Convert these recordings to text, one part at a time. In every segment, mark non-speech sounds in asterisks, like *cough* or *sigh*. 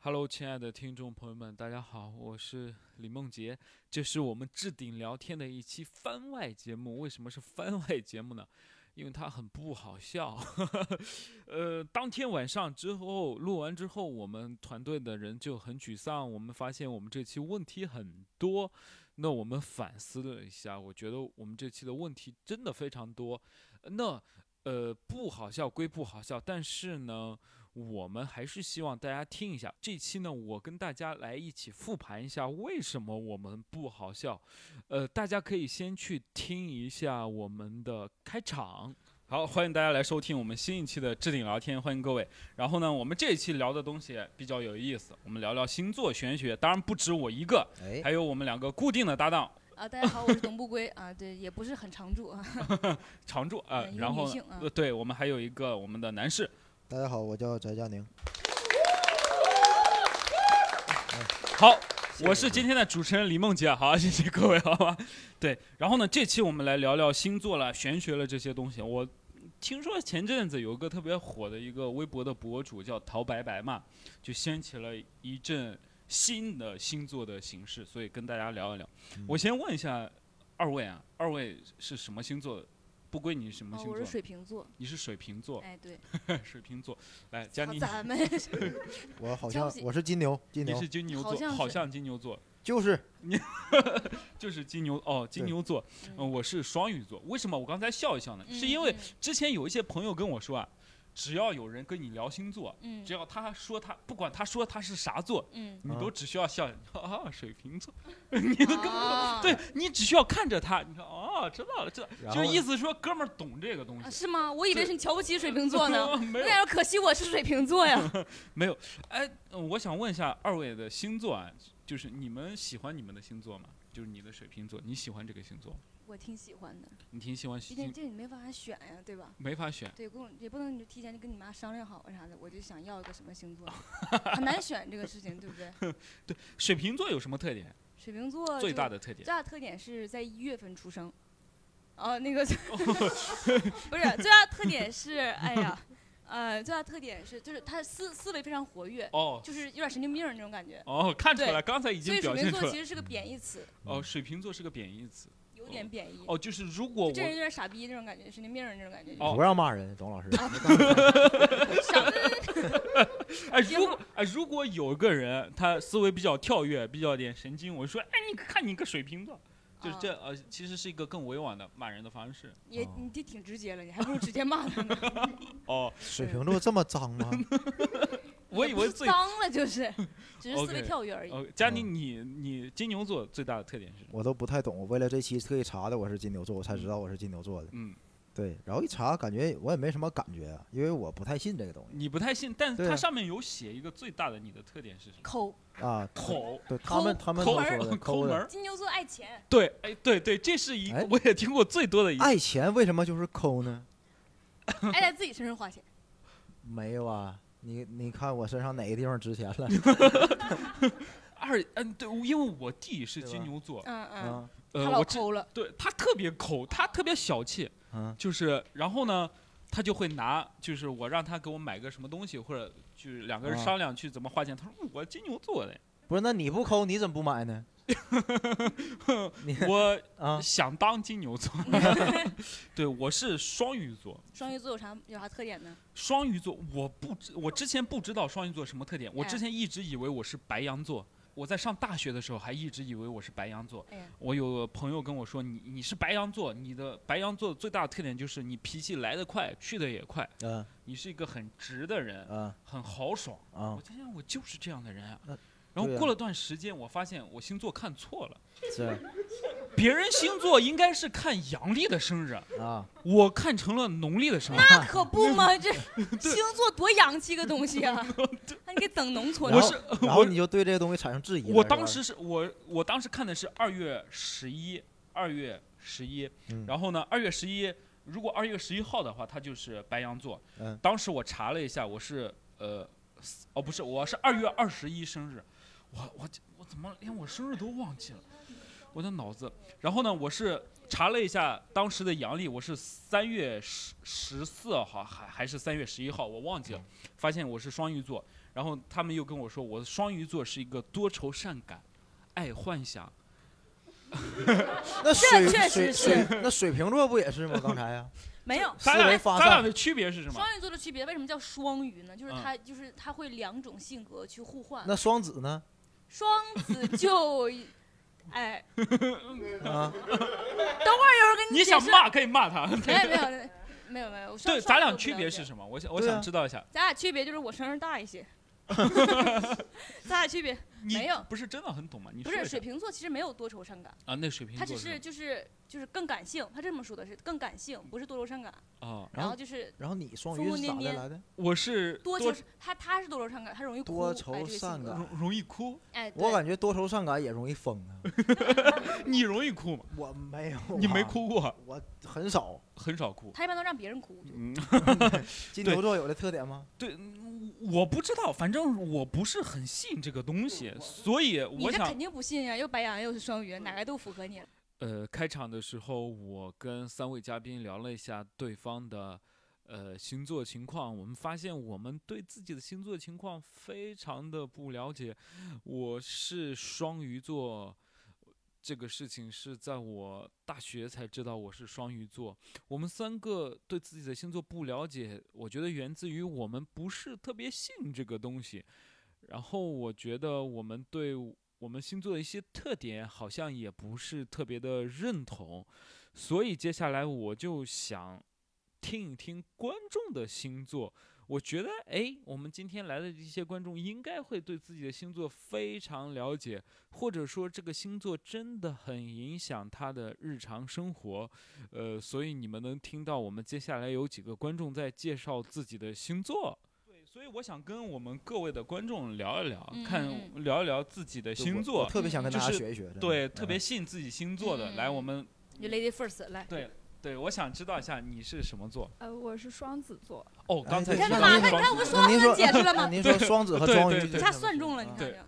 Hello，亲爱的听众朋友们，大家好，我是李梦洁，这是我们置顶聊天的一期番外节目。为什么是番外节目呢？因为它很不好笑。 *laughs* 呃，当天晚上之后录完之后，我们团队的人就很沮丧，我们发现我们这期问题很多。那我们反思了一下，我觉得我们这期的问题真的非常多。那呃，不好笑归不好笑，但是呢，我们还是希望大家听一下。这期呢，我跟大家来一起复盘一下为什么我们不好笑。呃，大家可以先去听一下我们的开场。好，欢迎大家来收听我们新一期的置顶聊天，欢迎各位。然后呢，我们这一期聊的东西比较有意思，我们聊聊星座玄学，当然不止我一个，哎，还有我们两个固定的搭档啊，大家好，我是董不归啊，对，也不是很常驻啊，常驻啊、嗯一个然后女呢性啊呃对我们还有一个我们的男士。大家好，我叫翟佳宁。好，谢谢我是今天的主持人李梦洁，啊好，谢谢各位，好吧？对，然后呢，这期我们来聊聊星座了、玄学了这些东西。我听说前阵子有一个特别火的一个微博的博主叫陶白白嘛，就掀起了一阵新的星座的形式，所以跟大家聊一聊。嗯我先问一下二位啊，二位是什么星座？不归你是什么啊星我座？是水瓶座，你是水瓶座，哎，对， *laughs* 水瓶座。来，佳好，妮， *laughs* 咱们我好交像集我是金牛，金你牛是金牛好座，像好是像金牛座。就是就是金牛哦，金牛座，嗯、嗯我是双鱼座。为什么我刚才笑一笑呢？是因为嗯之前有一些朋友跟我说啊，只要有人跟你聊星座，嗯只要他说他不管他说他是啥座， *laughs* 嗯，你啊都只需要笑，你说啊水瓶 *laughs* 座，啊对你只需要看着他，你说哦知道了知道了，然就后意思说哥们儿懂这个东啊西。是吗？我以为是你瞧不起水瓶座 *laughs* 呢，没有那要可惜我是水瓶 *laughs* 座呀，没有，哎，呃我想问一下二位的星座啊，就是你们喜欢你们的星座吗？就是你的水瓶座，你喜欢这个星座吗？我挺喜欢的，你挺喜欢毕竟星，这你没办法选呀，对吧？没法选。对，跟我也不能你就提前就跟你妈商量好啊啥的，我就想要一个什么 *laughs* 星座，很难选这个事情，对不对？水瓶座有什么特点？水瓶座最呃就大的特点最？大的特点是在一月份出生，啊， *laughs* 那个不是最大的特点是，哎呀，呃，最大的特点是就是他思思维非常活跃，哦就是有点神经病儿那种感觉。哦，看出对来，刚才已所以经表水瓶现出座来其。实是个贬义词，哦，水瓶座是个贬义词。有点贬义。哦，就是如果就这人我有点傻逼那种感觉，神经病儿那种感觉。哦不让骂人，董老师。傻逼 *laughs* 哎，如果哎，如果有个人他思维比较跳跃，比较有点神经，我说哎，你看你个水瓶座，就是啊这呃，其实是一个更委婉的骂人的方式。也你这挺直接了，你还不如直接骂他呢。哦， *laughs* 水瓶座这么脏吗？ *laughs* 我也以不为是最脏 *laughs* 了，就是只是思 OK 维跳跃而已。哦，佳宁，你你金牛座最大的特点是什么？我都不太懂。我为了这期特意查的，我是金牛座，我才知道我是金牛座的。嗯，对，然后一查感觉我也没什么感觉啊，因为我不太信这个东你不太信，但对它啊上面有写一个最大的你的特点是什么？抠，西啊。口对他们抠他们抠都门说的儿，抠门的儿。金牛座爱钱，对，哎，对对，这是一个哎我也听过最多的一个。爱钱为什么就是抠呢？爱在自己身上花钱。哦没有啊，你你看我身上哪个地方值钱了二嗯，对，因为我弟是对吧金牛座，嗯嗯，啊？他呃，老我知抠了。对他特别抠，他特别小气，嗯，就是然后呢，他就会拿，就是我让他给我买个什么东西，或者就是两个人啊商量去怎么花钱，他说嗯我金牛座 *laughs* 的，不是，那你不抠你怎么不买 *laughs* 呢？你我啊，想当金牛 *laughs* 座，对我是双鱼座，双鱼座有啥有啥特点呢？双鱼座我不知我之前不知道双鱼座什么特点，我哎之前一直以为我是白羊座。我在上大学的时候还一直以为我是白羊座，哎呀，我有朋友跟我说，你你是白羊座，你的白羊座最大的特点就是你脾气来得快，去得也快，嗯你是一个很直的人，嗯很豪爽。啊我，想想，我就是这样的人啊那。然后对啊过了段时间，我发现我星座看错了，是别人星座应该是看阳历的生日，啊，我看成了农历的生日。那可不嘛， *laughs* 这星座多洋气个东西啊！那你给整农村然我了后是 *laughs* 然后我你就对这个东西产生质疑了。我是吧当时是我我当时看的是二月十一，二月十一，嗯然后呢，二月十一，如果二月十一号的话，它就是白羊座。嗯当时我查了一下，我是呃，四哦不是，我是二月二十一生日，我我我怎么连我生日都忘记了？我的脑子。然后呢，我是查了一下当时的阳历，我是三嗯月十十四号还还是三月十一号，我忘记了，发现我是双鱼座。然后他们又跟我说，我的双鱼座是一个多愁善感、爱幻想。那水确水实水 *laughs* 那水瓶座不也是吗？刚才啊呀，没有咱思俩维发咱俩散的区别是什么？双鱼座的区别，为什么叫双鱼呢？就是嗯它、就是它会两种性格去互换。那双子呢？双子就，哎，啊，你想解释骂可以骂他。没有没有没有没有，我双对，咱双俩子区不了别解是什么？我想我对啊想知道一下。咱俩区别就是我生日大一些， *laughs* 咱俩区别你没有不是真的很懂吗？你不说一是下水瓶座其实没有多愁善感，啊，那水瓶他座只是是就是就是更感性，他这么说的是更感性，不是多愁善感，啊，然然后后就是然后你双疯鱼疯是咋的癫癫来的？我是多愁他他是多愁善感，他容易哭，多哎愁这个性善格感容容易哭，哎，我对感觉多愁善感也容易疯啊。你容易哭吗？ *laughs* 我没有，啊你没，哭过，我很 *laughs* 少。很少哭。他一般都让别人哭，嗯，金对牛座有的特点吗？对，嗯我不知道，反正我不是很信这个东西，所以你我这想肯定不信呀，又白羊又是双鱼，哪个都符合你了。呃，开场的时候，我跟三位嘉宾聊了一下对方的呃星座情况，我们发现我们对自己的星座情况非常的不了解。我是双鱼座，这个事情是在我大学才知道我是双鱼座。我们三个对自己的星座不了解，我觉得源自于我们不是特别信这个东西。然后我觉得我们对我们星座的一些特点好像也不是特别的认同，所以接下来我就想听一听观众的星座。我觉得，哎，我们今天来的这些观众应该会对自己的星座非常了解，或者说这个星座真的很影响他的日常生活。呃，所以你们能听到我们接下来有几个观众在介绍自己的星座。对，所以我想跟我们各位的观众聊一聊，嗯嗯看聊一聊自己的就星我座我。特别想跟就大家是学一学。真的对，特别嗯信自己星座嗯的，来，我们就 Lady First 来，嗯对对，我想知道一下你是什么座？呃，我是双子座，哦，哎刚才对你看那他说妈，到您双他你看我子说完能解释了那吗？您说双子和双鱼对之对对间的一问题，下算中了，你看对这样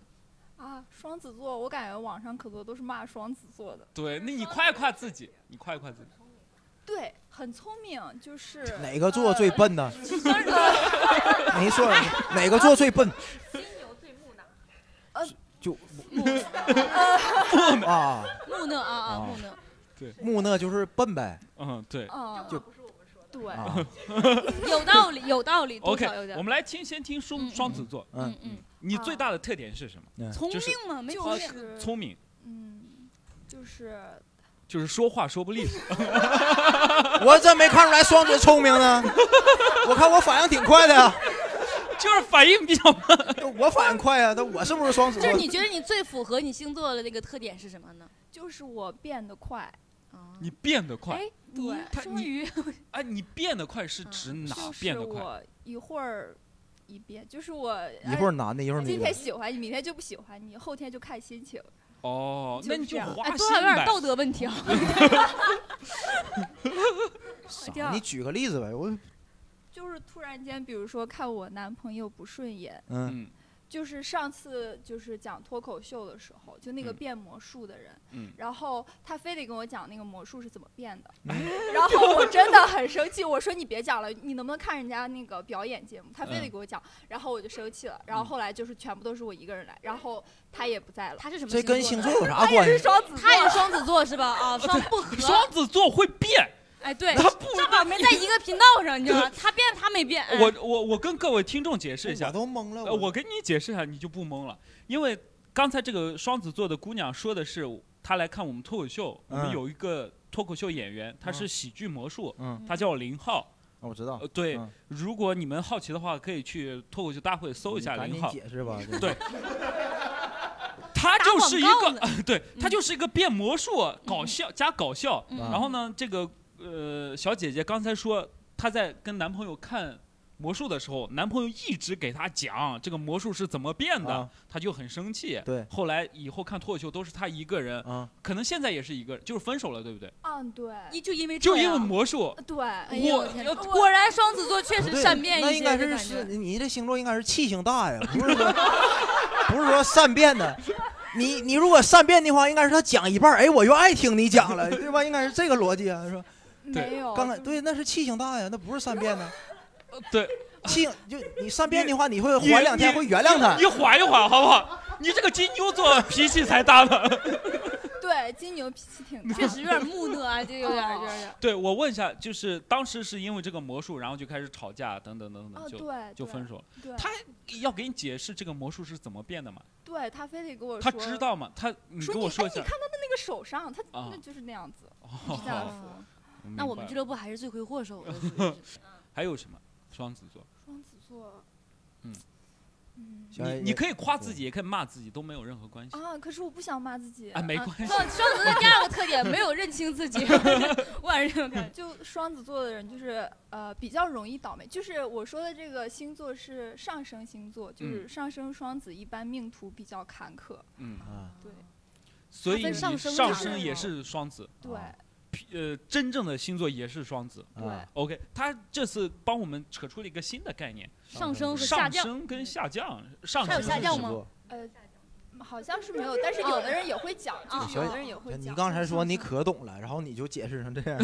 啊，双子座，我感觉网上可多都是骂双子座的，对，那你夸一夸自己，你夸一夸自己。对，很聪明，就是哪个座最笨呢？双子座，您说哪个座最笨？金牛最木讷，呃就木 *laughs* 啊，木讷啊啊啊木 *laughs* 讷，木讷就是笨呗嗯，对哦嗯，就不是我们说的。对，啊。有道理有道理，多，OK，少有点我。们来听先听双嗯嗯双子座，嗯嗯嗯，你最大的特点是什么？聪嗯就是明嘛，没就毛病。是聪明，嗯，就是就是说话说不利索。 *laughs* 我真没看出来双子聪明呢，我看我反应挺快的呀，就是反应比较慢。 *laughs* 我反应快呀，那我是不是双子就是座？你觉得你最符合你星座的那个特点是什么呢？就是我变得快，啊，你变得快，哎，对你他双你鱼，哎，你变得快是指嗯哪就是变得快？我一会儿一变，就是我一会儿男的，一会儿哎女今天的，喜欢你，明天就不喜欢你，后天就看心情，哦，那你就是这就样花哎，心多少有点呗。道德问题 *laughs* 啊。啥？你举个例子呗，我嗯就是突然间，比如说看我男朋友不顺眼，嗯嗯就是上次就是讲脱口秀的时候，就那个嗯变魔术的人，嗯，然后他非得跟我讲那个魔术是怎么变的，嗯 *laughs* 然后我真的很生气，我说你别讲了，你能不能看人家那个表演节目？他非得嗯给我讲，然后我就生气了，然后后来就是全部都是我一个人来，然后他也不在了，他是什么？这跟星座座的？有啥他也关哎是系？双子座，他也是双子座是吧？*laughs* 啊，双不合。双子座会变，哎，对，他不正好没在一个频道上，你知道吗？他变他没变。哎我我我跟各位听众解释一下我，都懵了，呃，我给你解释一下，你就不懵了，因为刚才这个双子座的姑娘说的是她来看我们脱口秀，我们嗯有一个脱口秀演员，他是喜剧魔术，嗯，他叫林浩。我知道呃，，对嗯，如果你们好奇的话，可以去脱口秀大会搜一下你赶林紧浩，解释吧，这对他打就是一广个告呢， *laughs* 对他嗯就是一个变魔术，搞笑加搞笑。嗯然后呢，这个呃小姐姐刚才说她在跟男朋友看。魔术的时候，男朋友一直给她讲这个魔术是怎么变的，啊她就很生气。对后来以后看脱口秀都是他一个人，啊，可能现在也是一个人，就是分手了，对不对？嗯，对，一就因为这啊就因样为魔术，对，哎呦我我天要哪果然双子座确不实对善变那一些，应该这是感是觉。你这星座应该是气性大呀，不是说不是说善变的。你你如果善变的话，应该是他讲一半儿，哎，我又爱听你讲了，对吧？应该是这个逻辑啊，是吧？对哎没有，刚才就是对，那是气性大呀，那不是善变呢。 *laughs* 呃对，气性就你善变的话，你会缓两天，你会原谅他你。缓一缓好不好？你这个金牛座脾气才大 *laughs* 呢。对，金牛脾气挺大，确实有点木讷啊，这有点有 *laughs* 点。对，我问一下，就是当时是因为这个魔术，然后就开始吵架，等等等等，哦，就、对，就对分手了。对，他要给你解释这个魔术是怎么变的嘛？对他非得给我他说，知道吗？他你说跟你我说一哎，你下。看他的那个手上，他啊那就是那样子，哦是这样好说。明那我们白俱了乐部还是罪魁祸首的，属于是还有什么？双子座，双子座，嗯嗯小你你可以夸自己，也可以骂自己，都没有任何关系。哦啊，可是我不想骂自己啊，没呃啊关系。 *laughs* 双双子的第二个特点，没有认清自己， *laughs* 万人 *laughs* 对就双子座的人就是呃比较容易倒霉，就是我说的这个星座是上升星座，就是上升双子一般命途比较坎坷，嗯，啊，所以啊分你上升哦上哪升儿也呢是双子，对啊匹呃，真正的星座也是双子。对啊 OK，他这次帮我们扯出了一个新的概念，上升和下上降，升跟下降，上还有升下是降什吗么？不嗯好像是没有，但是有的人也会讲，啊就是有的人也会哦你讲。刚才说你可懂了，然后你就解释成这 *laughs* 样，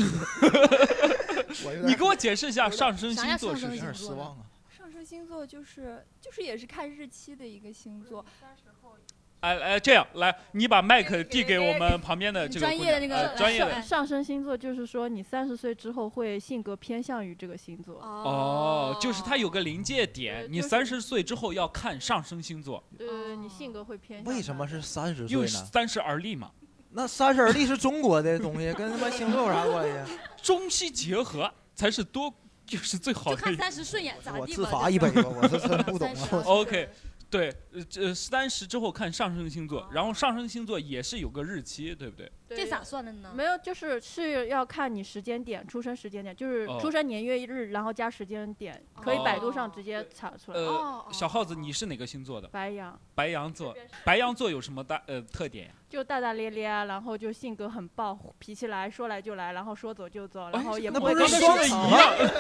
我有点你给我解释一下上升啥星叫座上是升什么？有点失望啊。上升星座就是就是也是看日期的一个星座，三十后哎哎，这样来，你把麦克递给给我们旁边的这个专姑业的那娘呃个专业上的。上升星座就是说你三十岁之后会性格偏向于这个星座，哦，就是它有个临界对哦点，你就是三十岁之后要看上升星座，对对对，你性格会偏向为什么它是三十因为岁呢？三十而立嘛，那三十而立是中国的东西，跟他妈星座有啥关系啊？中西结合才是多， *laughs* 就是最好就的看一。三十顺眼 *laughs* 咋地吧。我自罚一杯吧，我 *laughs* 是真不懂啊三十我啊 OK，对，呃，这三十之后看上升星座，然后上升星座也是有个日期，对不对？对这咋算的呢？没有，就是是要看你时间点，出生时间点，就是哦出生年月日，然后加时间点，可以百度上直接查出来。呃，哦，小耗子，你是哪个星座的？白羊白羊座，白羊座有什么大呃特点呀？就大大咧咧啊，然后就性格很暴，脾气来说来就来，然后说走就走，然哎后也那不会不跟是你双说的说一好吗样，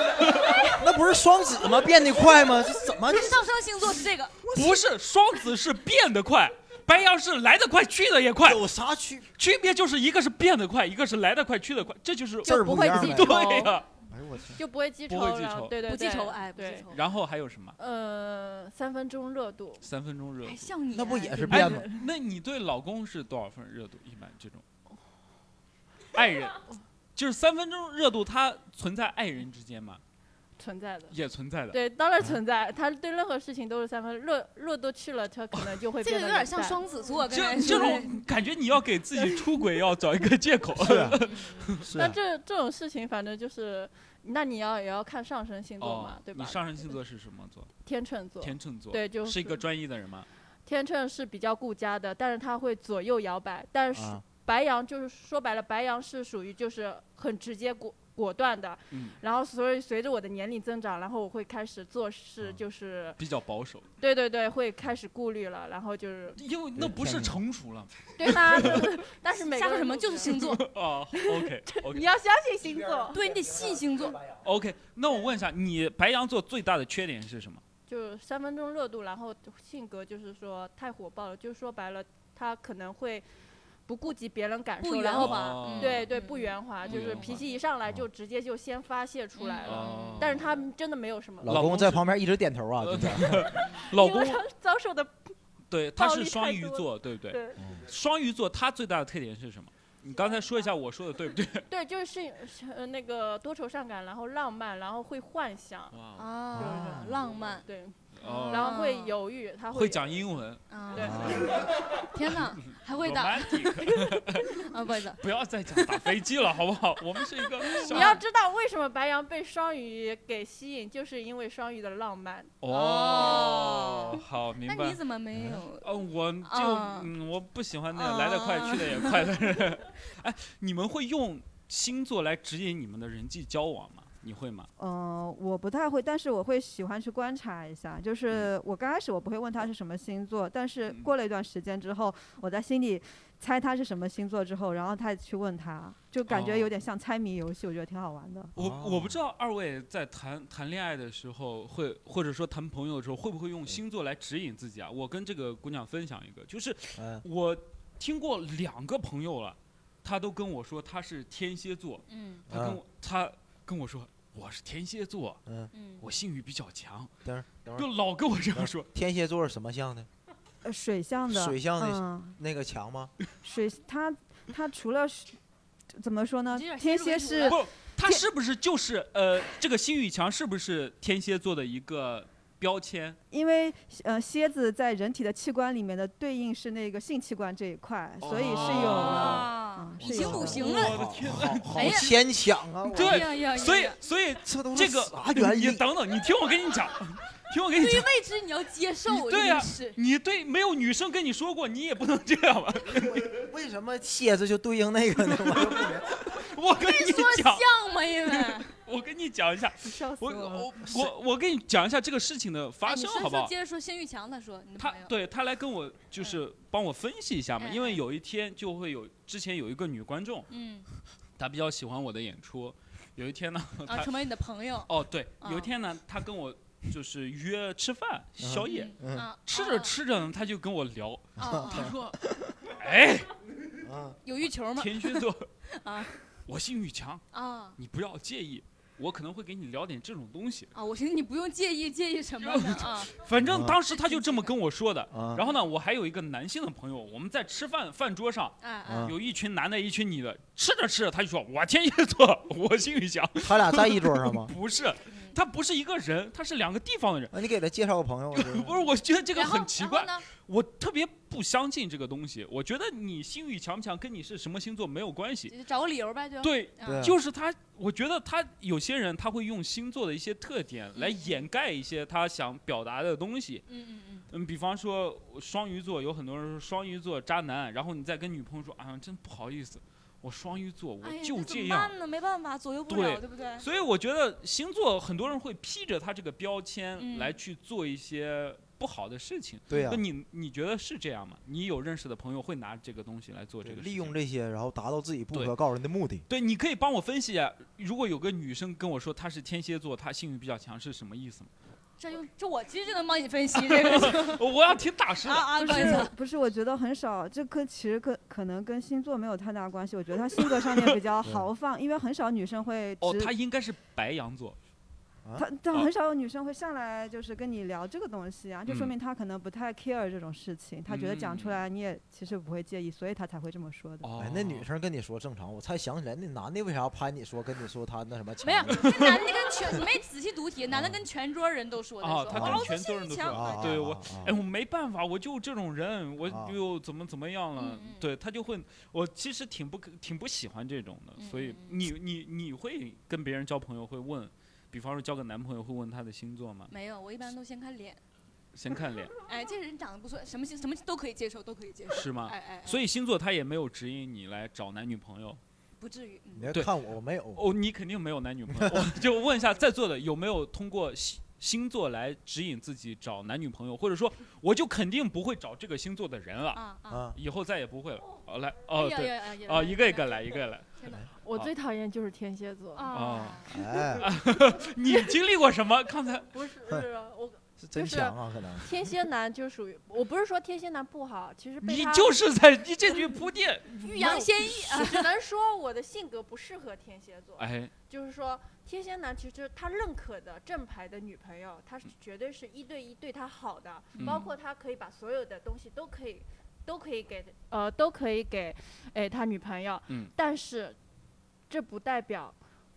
那不是双子吗？变得快吗？这怎么 *laughs* 不？啊是上升星座是这个， *laughs* 不是双子是变得快， *laughs* 白羊是来得快去得也快，有啥区别？区别就是一个是变得快，一个是来得快去得快，这就是字儿不不会一样记呗住。对呀、哎呦我 *laughs* 天！就不会记不仇会记了仇对对对，不记仇，哎，不记对仇。然后还有什么？呃，三分钟热度，三分钟热度哎，。像你那不啊也就是哎变吗？，那你对老公是多少分热度？一般这种爱人，就是三分钟热度，它存在爱人之间嘛，存在的。也存在的。对，当然存在，他对任何事情都是三分热热度去了，他可能就会这变个得有点冷像淡双子座，跟这人这说 *laughs* 的种感觉，你要给自己出轨，要找一个借口。 *laughs* 是啊，是那啊。这这种事情，反正就是，那你要也要看上升星座嘛，哦，对你吧？上升星座是什么座？天秤座，天秤座。对，就是一个专一的人吗？天秤是比较顾家的，但是他会左右摇摆。但是啊白羊就是说白了，白羊是属于就是很直接果果断的。嗯然后所以随着我的年龄增长，然后我会开始做事，嗯就是、比较保守，对对对，会开始顾虑了，然后就是因为那不是成熟 *laughs* 了。对吧？ *laughs* 就是但是每下个个人什么都就是星 *laughs* 座，哦，OK *laughs* 你 OK 要相信星座，对你得信星座。 OK。那我问一下，你白羊座最大的缺点是什么？就是三分钟热度，然后性格就是说太火爆了，就是说白了，他可能会不顾及别人感不受，圆然后滑吧哦嗯对对嗯不圆滑，嗯嗯就是不脾圆气一上来嗯就直接就先发泄出来了。嗯哦但是他们真的没有什么，老老公公在是旁边一直点头啊，呃就这样。老因为公他遭受的对，他暴是力双太鱼多了座，对不对？对双鱼座它最大的特点是什么？你刚才说一下，我说的对不对？对，就是是呃那个多愁善感，然后浪漫，然后会幻想，哇啊，浪漫对，哦，然后会犹豫，他会有讲英文，啊！对嗯 *laughs* 天哪，还会打 romantic，啊！不好意思，不要再讲打飞机了，好不好？ *laughs* 我们是一 *laughs* 个小你要知道为什么白羊被双鱼给吸引，就是因为双鱼的浪漫。哦哦，好 *laughs* 明那你白。怎么没有？呃，我就啊嗯，我不喜欢那个来得快去得也快的人。 *laughs* 哎，你们会用星座来指引你们的人际交往吗？你会吗？哦嗯、我不太会，但是我会喜欢去观察一下。就是我刚开始我不会问他是什么星座，但呃是嗯过了一段时间之后，我在心里猜他是什么星座之后，然后再去问他，就感觉哦有点像猜谜游戏，我觉得挺好玩的。我我不知道二位在谈谈恋爱的时候会，或者说谈朋友的时候，会不会用星座来指引自己啊？我跟这个姑娘分享一个，就是嗯，我听过两个朋友了，他都跟我说他是天蝎座，嗯，他跟我、他跟我说我是天蝎座，嗯，嗯，我性欲比较强，等会儿等会就儿，老跟我这样说。天蝎座是什么像的？呃，水象的，水象的嗯，那个强吗？哎水它它除了是怎么说呢你这有天点？先入为蝎主是了不，他天是不是就是呃，这个辛宇强是不是天蝎座的一个标签？因为呃蝎子在人体的器官里面的对应是那个性器官这一 *laughs* 块，所以是有的。啊嗯，是行有不的行我啊？的天好好好哎呀牵强啊！我对哎呀呀，所呀以呀，所以这都这是个啥原你因？等等，你听我跟你讲， *laughs* 听我跟你对于讲，未知你要接受，对呀呀，你对没有女生跟你说过，你也不能这样 *laughs* 吧？为什么蝎子就对应那个呢？ *laughs* 我就不明白我跟你说讲，像吗？因为我跟你讲一下，笑死我我了！我我我跟你讲一下这个事情的 *laughs* 发哎你生说好不说好？接着说，辛玉强，他说你的他朋友，对他来跟我就是帮我分析一下嘛，嗯因为有一天就会有之前有一个女观众，嗯，她比较喜欢我的演出，有一天呢，啊，她成为你的朋友，哦对，啊有一天呢，她跟我就是约吃饭嗯宵夜，嗯啊，吃着吃着呢，她就跟我聊，啊，啊她啊 *laughs* 说，哎，啊，有欲求吗？天蝎座 *laughs* 啊，我性欲强，啊你不要介意，我可能会给你聊点这种东西，啊，我寻思你不用介意，介意什么呢？啊，反正啊当时她就这么跟我说的。啊然后呢，我还有一个男性的朋友，我们在吃饭饭桌上。啊啊啊，有一群男的，一群女的，吃着吃着，他就说：“我天蝎座，我性欲强。他俩在一桌上”吗？ *laughs* 不是，嗯他不是一个人，他是两个地方的人。啊，你给他介绍个朋友，我觉得 *laughs* 不是，我觉得这个然后很奇怪然，后呢我特别不相信这个东西。我觉得你性欲强不强，跟你是什么星座没有关系。就找个理由呗，就，对，嗯啊对就是他，我觉得他有些人他会用星座的一些特点来嗯掩盖一些他想表达的东西。嗯嗯嗯。嗯，比方说双鱼座，有很多人说双鱼座渣男，然后你再跟女朋友说：“哎呀，真不好意思，我双鱼座，我哎呀，嗯就那怎这么样。”办呢？没办法，左右不对了，对不对？所以我觉得星座很多人会披着他这个标签嗯来去做一些不好的事情。对呀那、，你你觉得是这样吗？你有认识的朋友会拿这个东西来做这个事情利用这些，然后达到自己不对可告人的目的。对，你可以帮我分析一下，如果有个女生跟我说她是天蝎座，她性欲比较强是什么意思 *laughs* 吗？这用这我其实就能帮你分析这个我我要听大师 *laughs* 啊的。啊，不不好意是思，不是，我觉得很少，这跟其实跟可能跟星座没有太大关系。我觉得他性格上面比较对豪放，因为很少女生会哦，直她应该是白羊座。他他啊很少有女生会上来就是跟你聊这个东西啊，就说嗯明他可能不太 care 这种事情，他觉得讲出嗯来你也其实不会介意，所以他才会这么说的。哦，哎，那女生跟你说正常，我才想起来，那男的为啥拍你说跟你说他那什么啊强没有，呢这男的跟全你没仔细读题，男的跟全桌人都说的哦，她说，跟老全子座人性都欲说。强，啊？对我啊，啊哎，我没办法，我就这种人，我啊又怎么怎么样了嗯，嗯对，他就会，我其实挺不挺不喜欢这种的，所以嗯嗯嗯你你你会跟别人交朋友会问，比方说交个男朋友会问他的星座吗？没有，我一般都先看脸，先看脸哎，这人长得不错，什么星什么都可以接受，都可以接受，是 *laughs* 吗哎？哎，啊所以以星座他也没有指引你来找男女朋友不至于，嗯你要对看我，我没有，哦，你肯定没有男女朋友，我就问一下在座的有没有通过星星座来指引自己找男女朋友，或者说我就肯定不会找这个星座的人了，啊啊，啊，以后再也不会了。哦，来，哎哦呀对，呀呀呀哦一个一个来，一个一哦个来。我啊最讨厌就是天蝎座，啊，哎，你经历过什么？刚才不是不是我是真就是强啊，可能天蝎男就属于，我不是说天蝎男不好，其实被你他就是 *laughs* 在你这句铺垫，欲扬先抑啊，只能说我的性格不适合天蝎座，哎，就是说天蝎男其实他认可的正牌的女朋友，他是绝对是一对一对他好的，包嗯括他可以把所有的东西都可以都可以给呃都可以给哎他女朋友，嗯但是这不代表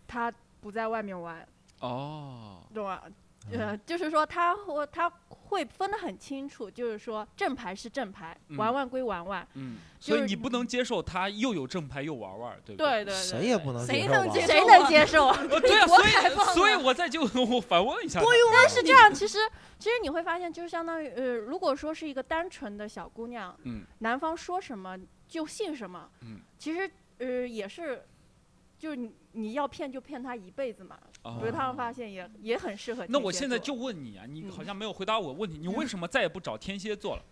他不在外面玩，哦，懂吗？嗯呃，就是说他会他会分得很清楚，就是说正牌是正牌，嗯玩玩归玩玩，嗯，就所以是你不能接受他又有正牌又玩玩，对不对？对对对，谁也不能谁接受能吧接受谁能接受啊？呃对啊，多所开放以啊所以我在就 *laughs* 我反问一下他，但是这样，其实其实你会发现，就是相当于呃，如果说是一个单纯的小姑娘，嗯，男方说什么就信什么，嗯，其实呃也是，就是你你要骗就骗他一辈子嘛。哦比如他们发现也也很适合天蝎那座。我现在就问你啊，你嗯好像没有回答我问题，你为什么再也不找天蝎座了？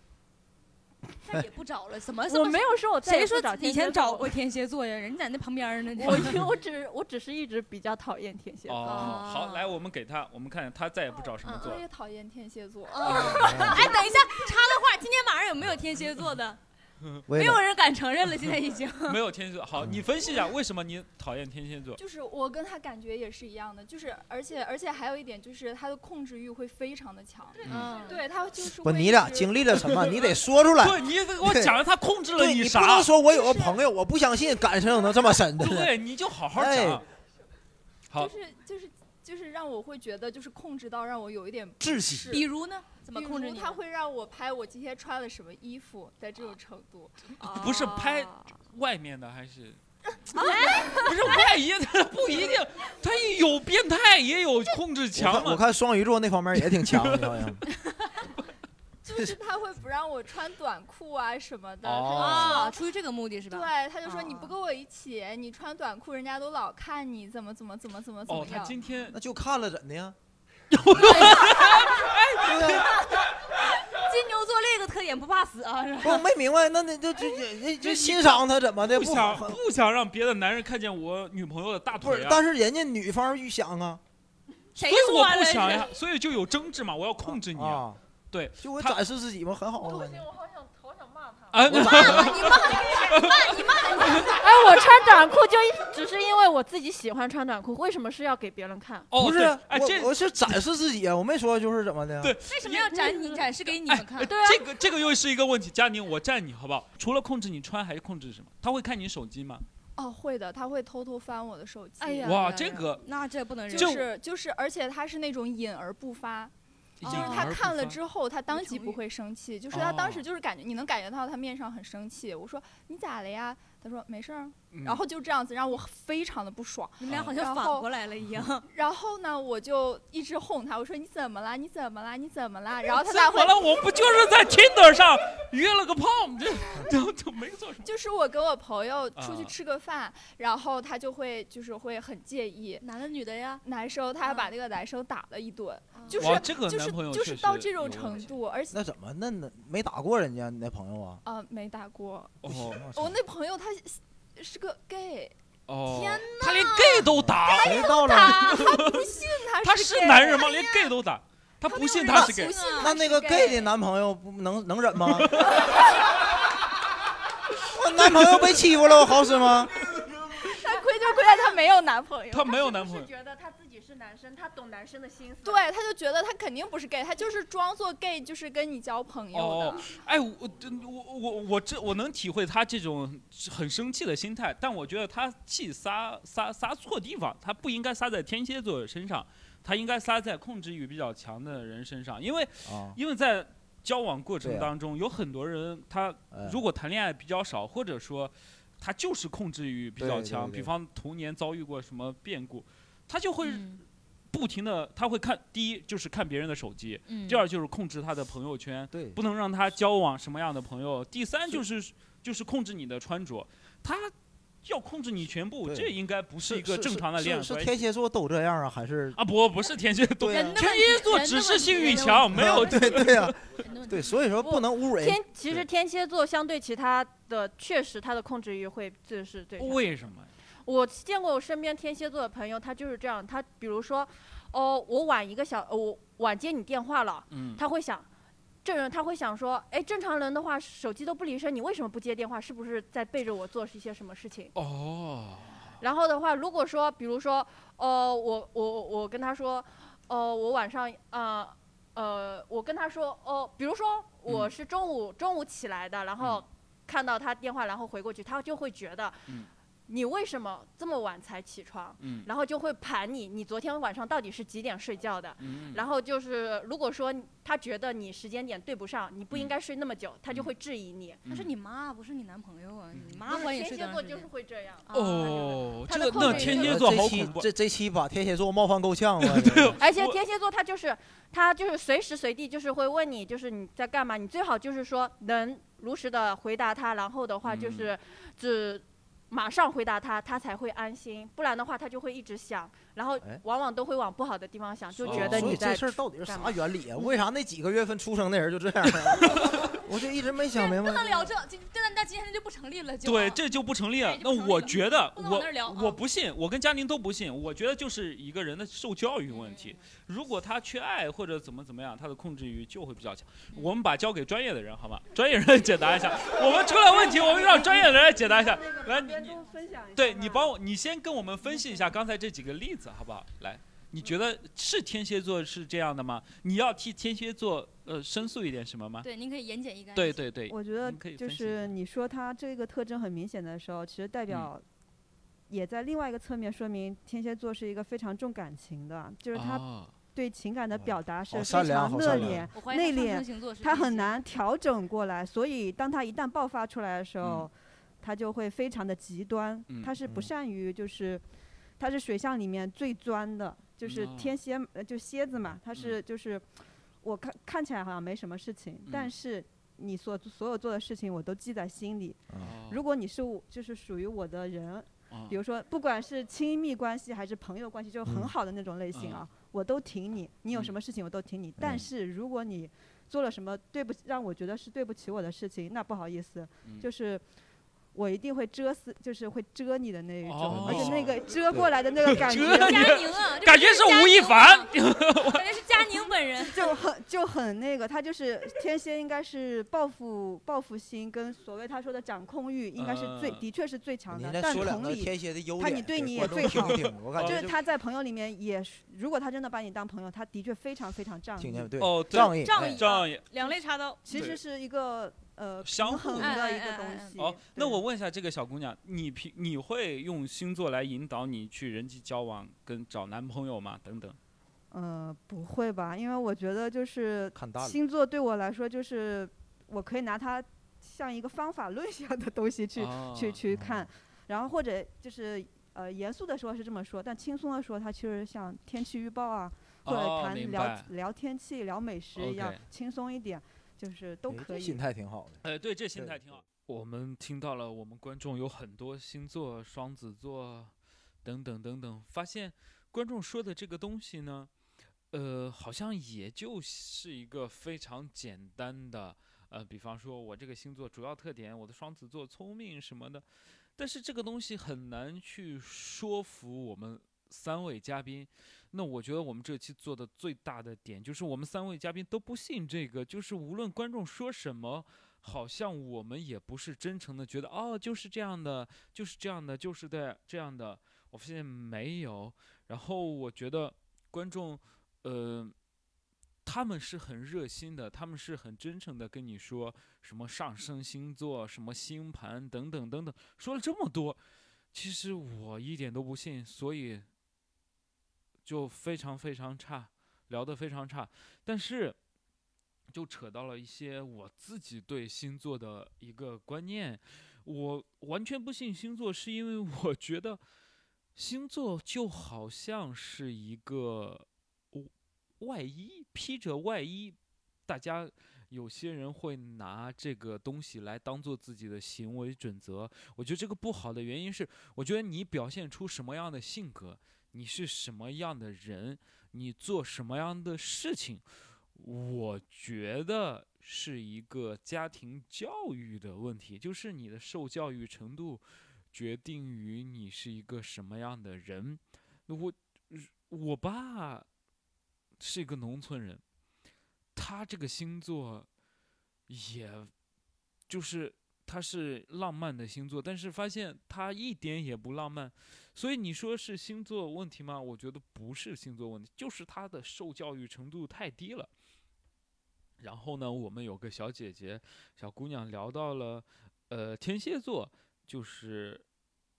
再也不找了，怎么怎呃我么没有说我再也谁说不找以天蝎前座找过天蝎座呀？人家在那旁边呢，我，我我只我只是一直比较讨厌天蝎座。哦，啊好，来我们给他，我们看他再也不找什么我座。也讨厌天蝎座。哦 *laughs* 哦 *laughs* 哎啊，哎，等一下，插个话，今天晚上有没有天蝎座的？没没有人敢承认了，现在已经。没有天蝎座。好，你分析一下为什么你讨厌天蝎座？嗯就是我跟他感觉也是一样的，就是而且而且还有一点就是他的控制欲会 *laughs* 非常的强，嗯对他就是不，会你俩一直经历了什么？你得说出来。对你得给我讲了他控制了对你不啥能？说我有个朋友，我不相信感情能这么深的。对，你就好好哎讲。好就是就是就是让我会觉得就是控制到让我有一点窒息。比如呢？怎么比控制如你呢？他会让我拍我今天穿了什么衣服的这种啊程度，不是拍啊外面的还是？不是外衣，他不一定，他有变态也有控制我强看我嘛。看双鱼座那方面也挺强的，好像。就是他会不让我穿短裤啊什么的，哦他啊，就说。出于这个目的是吧？对，他就说你哦不跟我一起，你穿短裤，人家都老看你，怎么怎么怎么怎么怎么哦，他样？今天那就看了怎的呀？金牛座这个特点不怕死啊，是吧？我没明白，那那就就就就欣赏他怎么的？不不想不想让别的男人看见我女朋友的大不腿是，啊，但是人家女方预想啊，谁所以我说不了想是？呀，所以就有争执嘛，我要控制你啊。啊，对，就我他展示自己嘛，很好哦啊。我好想好想骂他。啊，我那咋哎，我穿短裤就一只是因为我自己喜欢穿短裤，为什么是要给别人看？哦，不是对啊，哎，这我我是展示自己啊，我没说就是怎么的。对为什么要展你展示给你们看？对啊，哎这个这个又是一个问题，佳宁，我站你好不好？除了控制你穿，还控制什么？他会看你手机吗？哦，会的，他会偷偷翻我的手机。哎呀哇，这个那这不能忍就就。是就是，而且他是那种隐而不发，就啊就是他看了之后，他当即成不语会生气，就是他哦当时就是感觉你能感觉到他面上很生气。我说你咋了呀？他说没事儿，嗯然后就这样子让我非常的不爽。你们俩好像反过来了一样，然后呢，我就一直哄他，我说你怎么啦？你怎么啦？你怎么 *laughs* 啦？然后他怎才么会，了？我不就是在 Tinder 上约了个胖，这这这没做什 *laughs* 么。就是我跟我朋友出啊去吃个饭，然后他就会就是会很介意。男的女的呀，啊男生，他还把那个男生打了一顿，就哇，是这个就男是朋友就是确到实这种有问程题。度，而且那怎么那那没打过人家你那朋友啊？啊没打过，不行哦啊我那朋友他是个 gay，哦，天他连 gay 都打，谁到了？他他是是 gay 男人吗？连 gay 都打，他不信他是 gay 不。信那啊那个是 gay gay 的男朋友不能能忍吗？我男朋友被欺负了，我好使吗？他亏就亏在他没有男朋友。他没有男朋是友，觉得他自己是男生，他懂男生的心思。对，他就觉得他肯定不是 gay，他就是装作 gay，就是跟你交朋友的。哦，哎，我我我我这我能体会他这种很生气的心态，但我觉得他气撒撒撒错地方，他不应该撒在天蝎座身上，他应该撒在控制欲比较强的人身上，因为啊，因为在交往过对程啊当中，有很多人他哎如果谈恋爱比较少，或者说他就是控制欲比较对对强，对比方童年遭遇过什么变故，他就会嗯不停的，他会看第一就是看别人的手机，嗯第二就是控制他的朋友圈。对，不能让他交往什么样的朋友。第三就是就是控制你的穿着，他要控制你全部，对这应该不是一个正常的恋爱是关系。是天蝎座都这样啊？还是啊，不，不是天蝎座，对啊人的天问题蝎座人的只是问题性欲人的强，问题 *laughs* 没 *laughs* 有啊对对呀，人的问题对，所以说不能侮辱人天，其实天蝎座相对其他的，确实他的控制欲会就是对。为什么呀？我见过我身边天蝎座的朋友，他就是这样。他比如说，哦，我晚一个小，哦我晚接你电话了，嗯，他会想，这人他会想说，哎，正常人的话手机都不离身，你为什么不接电话？是不是在背着我做一些什么事情？哦，然后的话，如果说，比如说，哦，我我我跟他说，哦，我晚上，呃呃，我跟他说，哦，比如说我嗯是中午、中午起来的，然后看到他电话，然后回过去，他就会觉得，嗯你为什么这么晚才起床？嗯然后就会盘你，你昨天晚上到底是几点睡觉的？嗯然后就是，如果说他觉得你时间点对不上，你不嗯应该睡那么久，他就嗯会质疑你。那是你妈，不是你男朋友啊！嗯你不妈是管你天睡蝎多座长时就是间会这样。哦，他这个的控那制欲天蝎就是座这好期恐怖。这这期把天蝎座冒犯够呛啊！这个而且我天蝎座他就是他就是随时随地就是会问你，就是你在干嘛？你最好就是说能如实的回答他，然后的话就嗯是只马上回答他，他才会安心。不然的话，他就会一直想，然后哎往往都会往不好的地方想，就哦 *laughs* 觉得所你以在这事儿到底是啥干嘛嗯 *laughs* 原理啊？为啥那几个月份出生的人就这样啊？我就一直没想明不白。能聊这，这那那今天就不成立了，就对，啊这就不成立了对。就那不成立我了觉得，不能往我那儿聊啊我不信，我跟嘉玲都不信。我觉得就是一个人的受教育问题。如果他缺爱或者怎么怎么样，他的控制欲就会比较强。我们把交给专业的人好吗？专业人来解答一下。我们出了问题，我们让专业的人来解答一下。哎来，你你分享一下对你帮我，你先跟我们分析一下刚才这几个例子好不好？来，你觉得是天蝎座是这样的吗？你要替天蝎座呃申诉一点什么吗？对，您可以言简意赅。对，对对，我觉得您可以就分析一嗯是你说他这个特征很明显的时候，其实代表也在另外一个侧面说明天蝎座是一个非常重感情的，就是他哦对情感的哇表达是好非善良常好热善良烈我怀疑他上内敛升星座是他天很蝎难调整过来，所以当他一旦爆发出来的时候，他就会非常的极端，嗯他是不嗯善于就是，他是水象里面最钻的，就是嗯哦嗯天蝎呃就蝎子嘛，他是就是我看看起来好像没什么事情，但嗯是你所所有做的事情我都记在心里。哦如果你是我就是属于我的人，哦比如说不管是亲密关系还是朋友关系，就是嗯很好的那种类型啊，我都挺你，你有嗯什么事情我都挺你。但是如果你做了什么对不起，让我觉得是对不起我的事情，那不好意思，嗯就是。我一定会遮死，就是会遮你的那一种，哦而且那个遮过来的那个感觉，佳宁啊，*laughs* 这感不觉是是佳吴亦宁吗凡，感觉是佳宁本人。就很就很那个，他就是天蝎，应该是报复报复心跟所谓他说的掌控欲，应该是最、嗯的确是最强你的。再但说两同个理，天蝎的优他点，你对你也观众最听好不听？我感哦就觉是他在朋友里面也是，如果他真的把你当朋友，他的确非常非常仗听见义，对哦，对，仗义仗哎义仗义。两肋插刀，其对实是一个呃相平衡互的的哎一哎个哎东哎西。哦，那对我问一下这个小姑娘，你平你会用星座来引导你去人际交往跟找男朋友吗？等等。呃不会吧？因为我觉得就是看大了。星座对我来说，就是我可以拿它像一个方法论一样的东西哦去去去看，然后或者就是呃严肃的说是这么说，但轻松的说，它其实像天气预报啊，或者哦谈明聊白聊天气、聊美食一样 OK，轻松一点，就是都哎这可以心。态挺好的。呃，对，这心对态挺好。我们听到了，我们观众有很多星座、双子座等等等等，发现观众说的这个东西呢，呃，好像也就是一个非常简单的，呃，比方说我这个星座主要特点，我的双子座聪明什么的，但是这个东西很难去说服我们三位嘉宾。那我觉得我们这期做的最大的点就是，我们三位嘉宾都不信这个，就是无论观众说什么。好像我们也不是真诚的觉得哦，就是这样的，就是这样的，就是的这样的。我发现没有，然后我觉得观众，呃，他们是很热心的，他们是很真诚的跟你说什么上升星座、什么星盘等等等等，说了这么多，其实我一点都不信，所以就非常非常差，聊得非常差，但是。就扯到了一些我自己对星座的一个观念。我完全不信星座，是因为我觉得星座就好像是一个外衣，披着外衣，大家有些人会拿这个东西来当做自己的行为准则。我觉得这个不好的原因是，我觉得你表现出什么样的性格，你是什么样的人，你做什么样的事情。我觉得是一个家庭教育的问题，就是你的受教育程度决定于你是一个什么样的人。我我爸是一个农村人，他这个星座也就是他是浪漫的星座，但是发现他一点也不浪漫，所以你说是星座问题吗？我觉得不是星座问题，就是他的受教育程度太低了。然后呢，我们有个小姐姐、小姑娘聊到了，呃，天蝎座就是，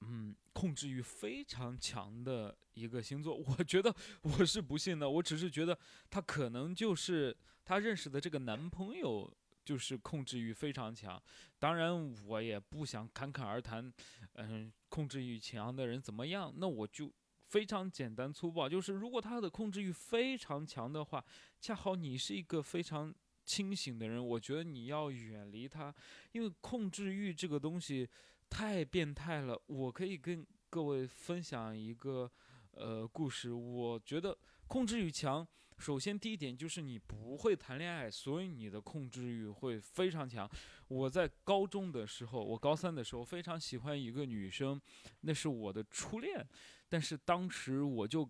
嗯，控制欲非常强的一个星座。 *laughs* 我觉得我是不信的，我只是觉得她可能就是她认识的这个男朋友就是控制欲非常强。当然，我也不想侃侃而谈，嗯，控制欲强的人怎么样？那我就非常简单粗暴，就是如果他的控制欲非常强的话，恰好你是一个非常清醒的人，我觉得你要远离他，因为控制欲这个东西太变态了。我可以跟各位分享一个呃故事，我觉得控制欲强首先第一点就是你不会谈恋爱，所以你的控制欲会非常强。我在高中的时候，我高三的时候非常喜欢一个女生，那是我的初恋，但是当时我就。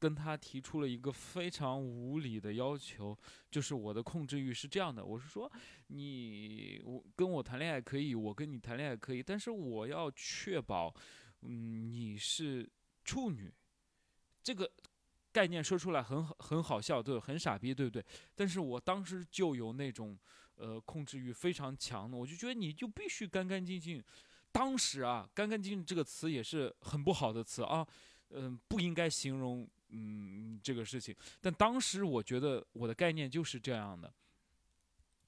跟她提出了一个非常无理的要求，就是我的控制欲是这样的，我是说，你我跟我谈恋爱可以，我跟你谈恋爱可以，但是我要确保，嗯，你是处女，这个概念说出来很好很好笑，对，很傻逼，对不对？但是我当时就有那种呃控制欲非常强的，我就觉得你就必须干干净净。当时啊，干干净净这个词也是很不好的词啊，嗯、不应该形容嗯这个事情。但当时我觉得我的概念就是这样的，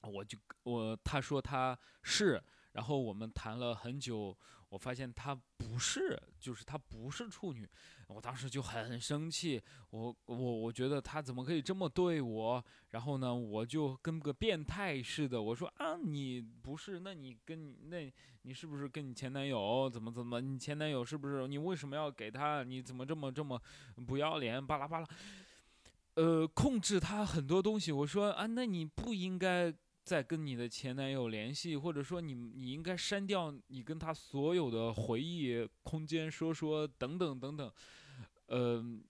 我就我他说他是，然后我们谈了很久，我发现他不是，就是他不是处女，我当时就很生气，我我我觉得他怎么可以这么对我？然后呢，我就跟个变态似的，我说啊你不是，那你跟你那你是不是跟你前男友怎么怎么？你前男友是不是你为什么要给他？你怎么这么这么不要脸？巴拉巴拉，呃，控制他很多东西。我说啊，那你不应该再跟你的前男友联系，或者说你你应该删掉你跟他所有的回忆、空间、说说等等等等，嗯、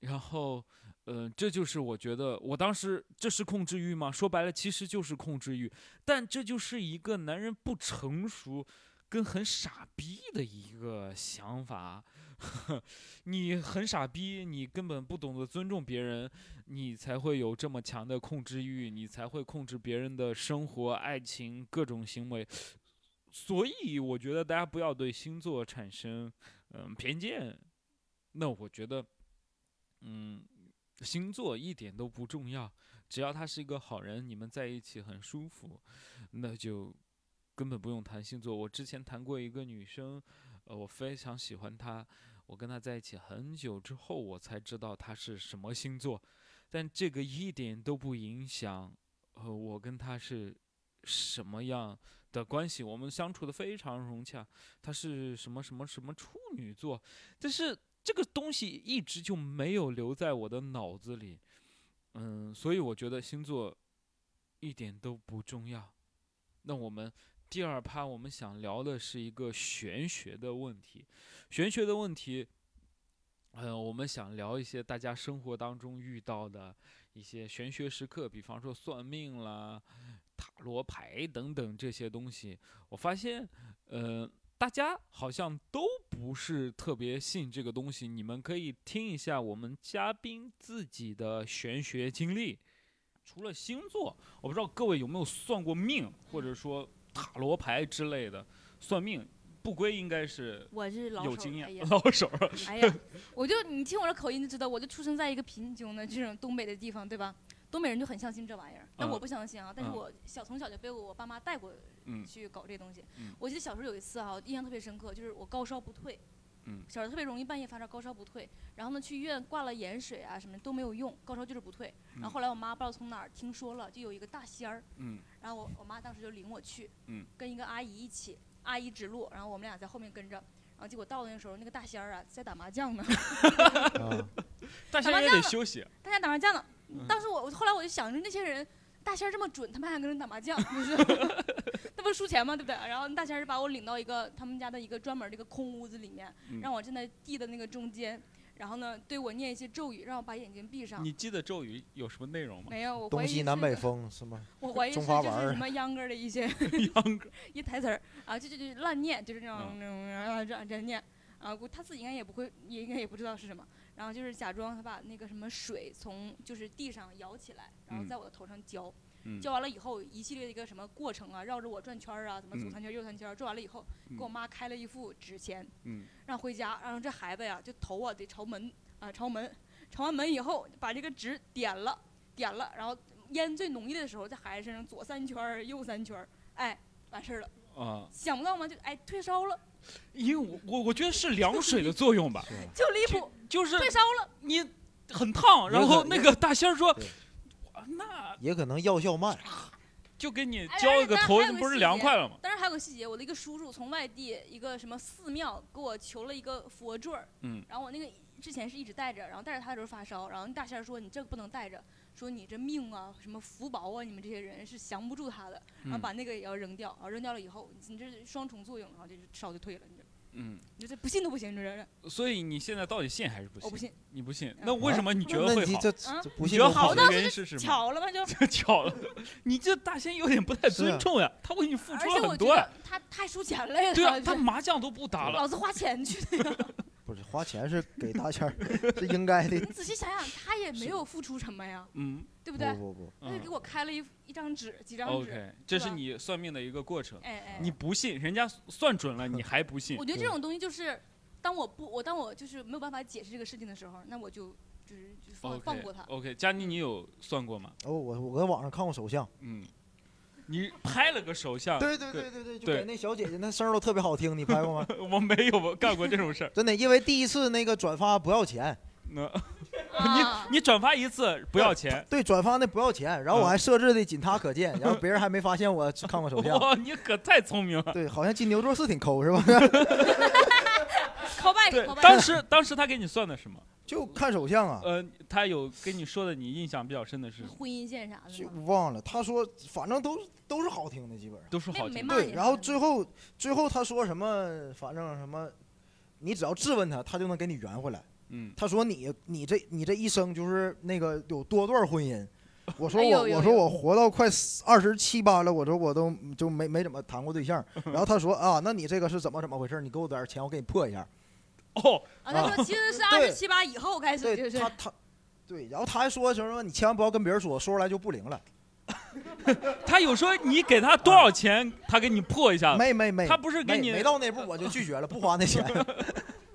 然后，嗯，这就是我觉得我当时这是控制欲吗？说白了，其实就是控制欲，但这就是一个男人不成熟跟很傻逼的一个想法。 *laughs* 你很傻逼，你根本不懂得尊重别人，你才会有这么强的控制欲，你才会控制别人的生活、爱情、各种行为。所以我觉得大家不要对星座产生嗯偏见。那我觉得，嗯，星座一点都不重要，只要他是一个好人，你们在一起很舒服，那就根本不用谈星座。我之前谈过一个女生，呃，我非常喜欢她，我跟她在一起很久之后，我才知道她是什么星座，但这个一点都不影响，呃，我跟她是什么样的关系，我们相处的非常融洽。她是什么什么什么处女座，但是这个东西一直就没有留在我的脑子里，嗯，所以我觉得星座一点都不重要。那我们第二趴我们想聊的是一个玄学的问题，玄学的问题，嗯，我们想聊一些大家生活当中遇到的一些玄学时刻，比方说算命啦、塔罗牌等等这些东西。我发现，呃，大家好像都不是特别信这个东西。你们可以听一下我们嘉宾自己的玄学经历。除了星座，我不知道各位有没有算过命，或者说塔罗牌之类的算命。不归应该是我是老有手经哎 *laughs* 验呀，老手儿。哎呀，我就你听我的口音就知道，我就出生在一个贫穷的这种东北的地方，对吧？东北人就很相信这玩意儿，但嗯我不相信啊。但是嗯我小从小就被我爸妈带过嗯去搞这东西嗯。我记得小时候有一次啊，印象特别深刻，就是我高烧不退嗯，小时候特别容易半夜发烧，高烧不退，然后呢去医院挂了盐水啊什么的都没有用，高烧就是不退。然后嗯后来我妈不知道从哪儿听说了，就有一个大仙儿，嗯然后我我妈当时就领我去，嗯跟一个阿姨一起，阿姨指路，然后我们俩在后面跟着，然后结果到的那时候，那个大仙儿啊在打麻 *laughs* 将呢， *laughs* 啊大仙麻也将得呢休息。大家打麻将呢嗯。当时我我后来我就想着那些人，大仙儿这么准，他们还跟人打 *laughs* 麻将，就是 *laughs* 那不是输钱吗？对不对？然后大仙儿就把我领到一个他们家的一个专门的一个空屋子里面，嗯让我站在地的那个中间，然后呢对我念一些咒语，让我把眼睛闭上你。记得咒语有什么内 *laughs* 容吗？没有，我怀东疑西是南北风是吗？我怀疑是中就华玩是儿什么秧歌儿的一些一台词儿啊，就就就乱念，就是那嗯种那种啊这样这样念啊，我他自己应该也不会，也应该也不知道是什么。然后就是假装他把那个什么水从就是地上舀起来，然后嗯在我的头上浇，嗯浇完了以后一系列的一个什么过程啊，绕着我转圈儿啊，怎么左嗯三圈儿右三圈儿，转完了以后给我嗯妈开了一副纸钱，嗯让回家，然后这孩子呀就头啊得朝门啊朝门，朝完门以后把这个纸点了点了，然后烟最浓郁的时候在孩子身上左三圈儿右三圈儿，哎完事儿了，啊，想不到吗？就哎退烧了，因为我我我觉得是凉水的作 *laughs* 用吧，就离谱，就是退烧了，你很烫，然后那个大仙儿说对，哇那也可能药效慢，就给你哎浇一个但是头，还有你个不是细凉节快了吗？当然还有个细节，我的一个叔叔从外地一个什么寺庙给我求了一个佛坠儿，嗯然后我那个之前是一直带着，然后带着他的时候发烧，然后大仙儿说你这个不能带着，说你这命啊，什么福薄啊，你们这些人是降不住他的，然嗯后啊把那个也要扔掉，然后扔掉了以后，你这是双重作用，然后就是烧就退了，你这嗯，你这不信都不行，你这人所以你现在到底信还是不信？我不信，你不信，嗯那为什么你觉得那会你好？这嗯啊这不你信觉得就好好的我当时原因是什么？巧了吗？就这 *laughs* 巧了，你这大仙有点不太啊尊重呀，他为你付而出且了我很觉多呀得。他太收钱了呀，对啊，就他麻将都不打了，老子花钱去的呀。不是花钱是给大钱儿是应该的， *laughs* 你仔细想想，他也是没有付出什么呀，嗯，对不不对？不不，他就给嗯我开了一一张纸，几张纸。 OK，这是吧你算命的一个过程。哎哎，你不信，人家算准了，你还不信我，觉得对这种东西就是，当我不我当我就是没有办法解释这个事情的时候，那我就就是就放 OK，哦放过他。 OK，佳妮，你有算过吗？哦我我搁网上看过手相，嗯，你拍了个手相，啊对对对对对，就对给那小姐姐那声儿都特别好听，你拍过吗？ *laughs* 我没有干过这种事儿。真的，因为第一次那个转发不要钱，那 *laughs* 啊，你转发一次不要钱，对，转发那不要钱，然后我还设置的仅他可见，然后别人还没发现我看 *laughs* 过手相。哇，你可太聪明了。对，好像金牛座是挺抠是吧？ *laughs* *laughs* 靠 back 对 call，back 当时当时他给你算的什么？就看手相啊，呃，他有跟你说的，你印象比较深的是什么？婚姻线啥的就吗，忘了。他说反正都都是好听的，基本上。都说好没没听骂啊对，你然后最后最后他说什么，反正什么，你只要质问他，他就能给你圆回来。嗯，他说你你这你这一生就是那个有多段婚姻。我说哎我、呦呦我说我活到快二十七八了，我说我都就没没怎么谈过对象。然后他说啊，那你这个是怎么怎么回事？你给我点儿钱，我给你破一下。哦，啊，他说其 *laughs* 实是二十七八以后开始，对就是他他，对，然后他还说什么你千万不要跟别人说，说出来就不灵了。他有说你给他多少钱，他给你破一下子，没没没，啊他不是给没你没到那步我就拒绝了，不花 *laughs* 那钱。啊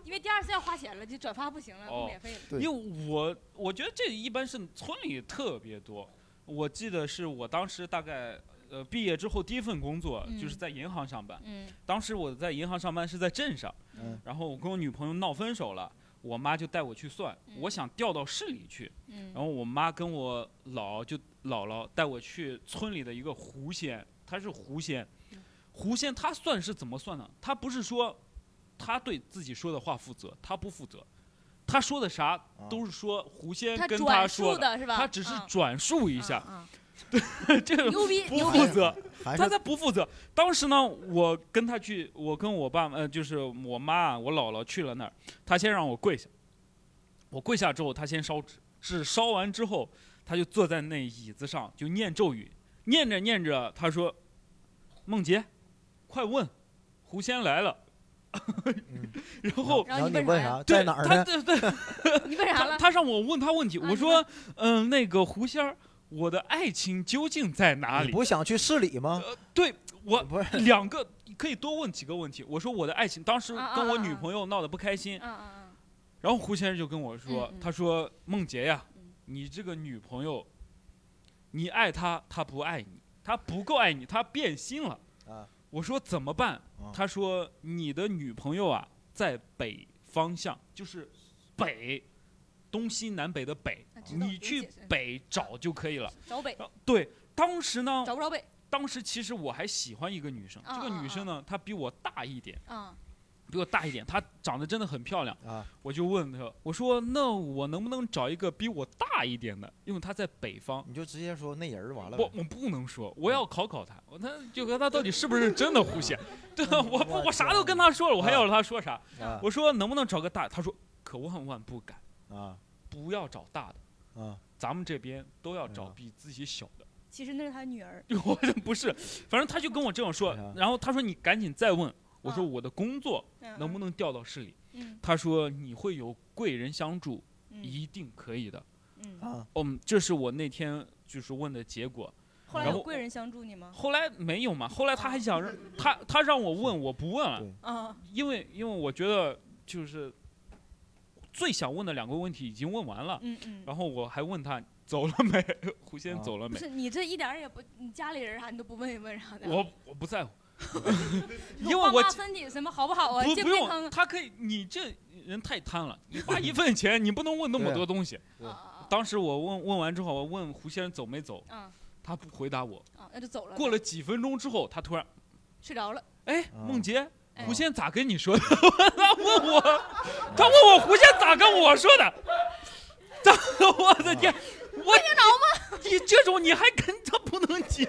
因为第二次要花钱了，就转发不行了，哦不免费了。对因为我我觉得这一般是村里特别多。我记得是我当时大概呃毕业之后第一份工作嗯就是在银行上班，嗯，当时我在银行上班是在镇上，嗯然后我跟我女朋友闹分手了，我妈就带我去算，嗯我想调到市里去，嗯然后我妈跟我姥就姥姥带我去村里的一个狐仙，她是狐仙嗯，狐仙她算是怎么算呢？她不是说她对自己说的话负责，她不负责，她说的啥啊都是说狐仙他跟转说述的，的是吧？她只是嗯转述一嗯下，*laughs* 嗯这个牛逼 *laughs* 不牛负逼，责，还他是才不负责。当时呢，我跟他去，我跟我爸妈，呃，就是我妈、我姥姥去了那儿，他先让我跪下，我跪下之后，他先烧纸，纸烧完之后，他就坐在那椅子上就念咒语，念着念着，他说：“梦洁，快问，狐仙来了。嗯” *laughs* 然后然后你你问问啥呀啥，在对哪儿他呢？对对，你问啥他了？他让我问他问题，啊我你说：“嗯、那个狐仙儿，我的爱情究竟在哪你里呃不想去市里吗？？”对我不是，两个可以多问几个问题。我说我的爱情，当时啊跟我啊啊女朋友闹得不开心，嗯嗯然后胡先生就跟我说，嗯嗯他说梦洁呀嗯，你这个女朋友，你爱她，她不爱你，她不够爱你，她变心了。啊我说怎么办？啊他说你的女朋友啊，在北方向，就是北，东西南北的北啊，知道你有去解释北找就可以了。嗯，找北然后对，当时呢，找不着北当时其实我还喜欢一个女生，啊这个啊女生呢，她比我大一点，啊，比我大一点，她长得真的很漂亮。啊，我就问她，我说那我能不能找一个比我大一点的？因为她在北方，你就直接说那人儿完了呗。我我不能说，我要考考她，我她就和她到底是不是真的狐 *laughs* 仙？对吧？我不嗯我嗯我啥都跟她说了，我还要她说啥？啊我说能不能找个大？她说可万万不敢，啊不要找大的，啊！咱们这边都要找嗯比自己小的。 *laughs* 其实那是他女儿。我说不是，反正他就跟我这样说为啥，然后他说你赶紧再问，我说嗯我的工作嗯能不能调到市里？嗯他说你会有贵人相助，嗯一定可以的。嗯，啊，嗯，这是我那天就是问的结果。后来然有后贵人相助你吗？后来没有嘛，后哦来他还想让他他让我问，我不问了对，啊，因为因为我觉得就是最想问的两个问题已经问完了，嗯嗯，然后我还问他走了没， *laughs* 狐仙啊走了不没？是你这一点儿也不，你家里人啥你都不问一问啥的。我我不 *laughs* 在乎，因为我爸我妈身体什么好不好啊？不健不不健康用，他可以，你这人太贪了，你花一份 *laughs* 钱，你不能问那么对多东西。对啊？啊当时我问问完之后，我问胡先生走没走，啊啊他不回答我。啊！那就走了。过了几分钟之后，他突然，睡着了，哎，啊梦洁，嗯胡仙咋跟你说的？ *laughs* 他问我，他问我胡仙咋跟我说的？他，我的天，我听着吗？你这种你还跟他不能结，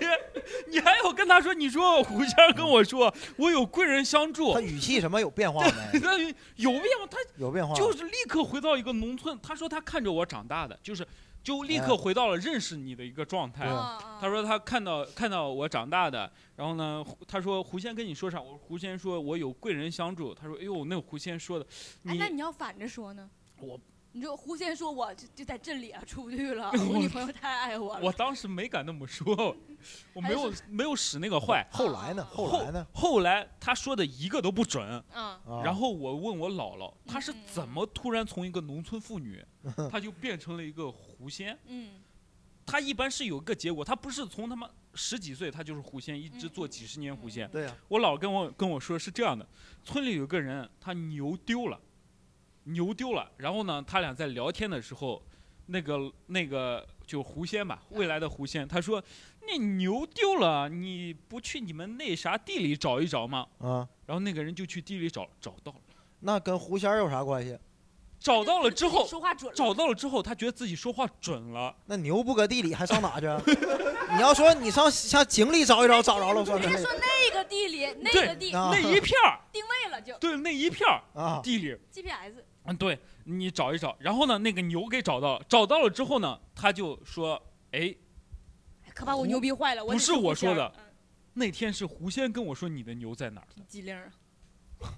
你还要跟他说？你说胡仙跟我说，我有贵人相助他。语气什么有变化 *laughs* 没？那有病吗？他有变化，就是立刻回到一个农村。他说他看着我长大的，就是就立刻回到了认识你的一个状啊态。对啊嗯他说他看到看到我长大的，然后呢，胡他说胡仙跟你说啥？我说胡仙说我有贵人相助。他说哎呦，那胡仙说的，哎，你那你要反着说呢？我你说胡先说我就就在这里啊，出不 *laughs* 去了，我我女朋友太爱我了。我当时没敢那么说，我没有没有使那个坏。后来呢？后来呢？后来他说的一个都不准，嗯，啊然后我问我姥姥，她是嗯嗯怎么突然从一个农村妇女，她就变成了一个狐仙？嗯她一般是有一个结果，她不是从他妈十几岁她就是狐仙，一嗯直做几十年狐仙。对呀，我姥跟我跟我说是这样的，村里有个人他牛丢了，牛丢了，然后呢，他俩在聊天的时候，那个那个就狐仙吧，未来的狐仙，他说那牛丢了，你不去你们那啥地里找一找吗？啊，然后那个人就去地里找，找到了，那跟狐仙儿有啥关系？找到了之后，说话准了。找到了之后，他觉得自己说话准了，那牛不搁地里还上哪去？啊 *laughs* 你要说你上上井里找一找，找着了算人了 *laughs* 家哎说那个地理，那对个地啊那一片儿，定位了就对，那一片儿啊。地里 GPS。嗯，对你找一找，然后呢，那个牛给找到了，找到了之后呢，他就说，哎，哎可把我牛逼坏了，我不得是我胡仙说的儿，嗯那天是狐仙跟我说你的牛在哪 *laughs* 儿的，机灵儿，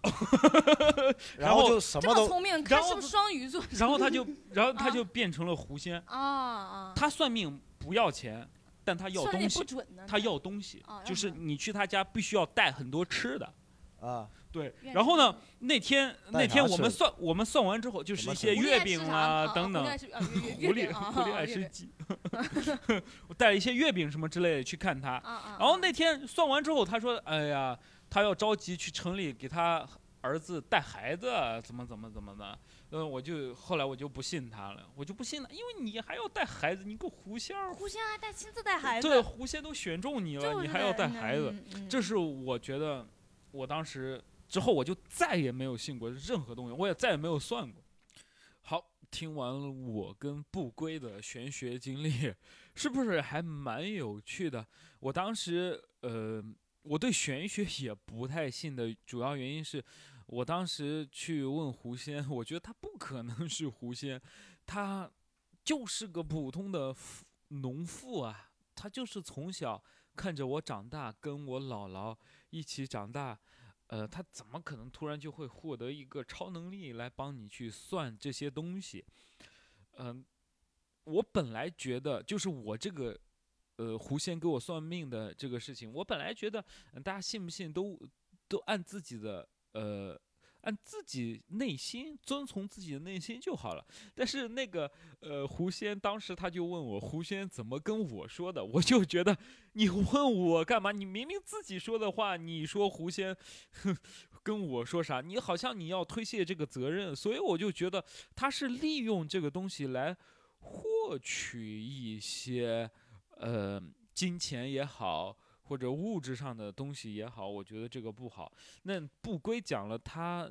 然然后后就什这么么都聪明，然看后是不是双鱼座然后他就，然后他啊就变成了狐仙。啊啊？他算命不要钱，但他要算的东也不西，准呢。他要东西哦，要就是啥你去他家必须要带很多吃的。啊，对愿，然后意呢？那天带那天啥我们吃算我们算完之后，就是什么一吃些狐狸月爱吃饼啥啊啊等等狐狸，爱吃啊月月狐月狸饼啊狐狸啊爱月吃饼鸡， *laughs* 我带了一些月饼什么之类的去看他。啊啊。然后那天算完之后，他说：“哎呀，他要着急去城里给他儿子带孩子，啊怎么怎么怎么的。”嗯，我就后来我就不信他了，我就不信了，因为你还要带孩子，你个狐仙儿，狐仙还带亲自带孩子，对，狐仙都选中你就是了，你还要带孩子，，嗯嗯这是我觉得我当时之后我就再也没有信过任何东西，我也再也没有算过。好，听完了我跟不归的玄学经历，是不是还蛮有趣的？我当时呃，我对玄学也不太信的主要原因是。我当时去问狐仙，我觉得他不可能是狐仙，他就是个普通的妇农妇啊，他就是从小看着我长大，跟我姥姥一起长大，呃，他怎么可能突然就会获得一个超能力来帮你去算这些东西？嗯、我本来觉得就是我这个。呃，狐仙给我算命的这个事情，我本来觉得、嗯大家信不信都都按自己的呃，按自己内心遵从自己的内心就好了。但是那个呃，狐仙当时他就问我，狐仙怎么跟我说的？我就觉得你问我干嘛？你明明自己说的话，你说狐仙哼，跟我说啥？你好像你要推卸这个责任，所以我就觉得他是利用这个东西来获取一些呃金钱也好，或者物质上的东西也好，我觉得这个不好。那不归讲了他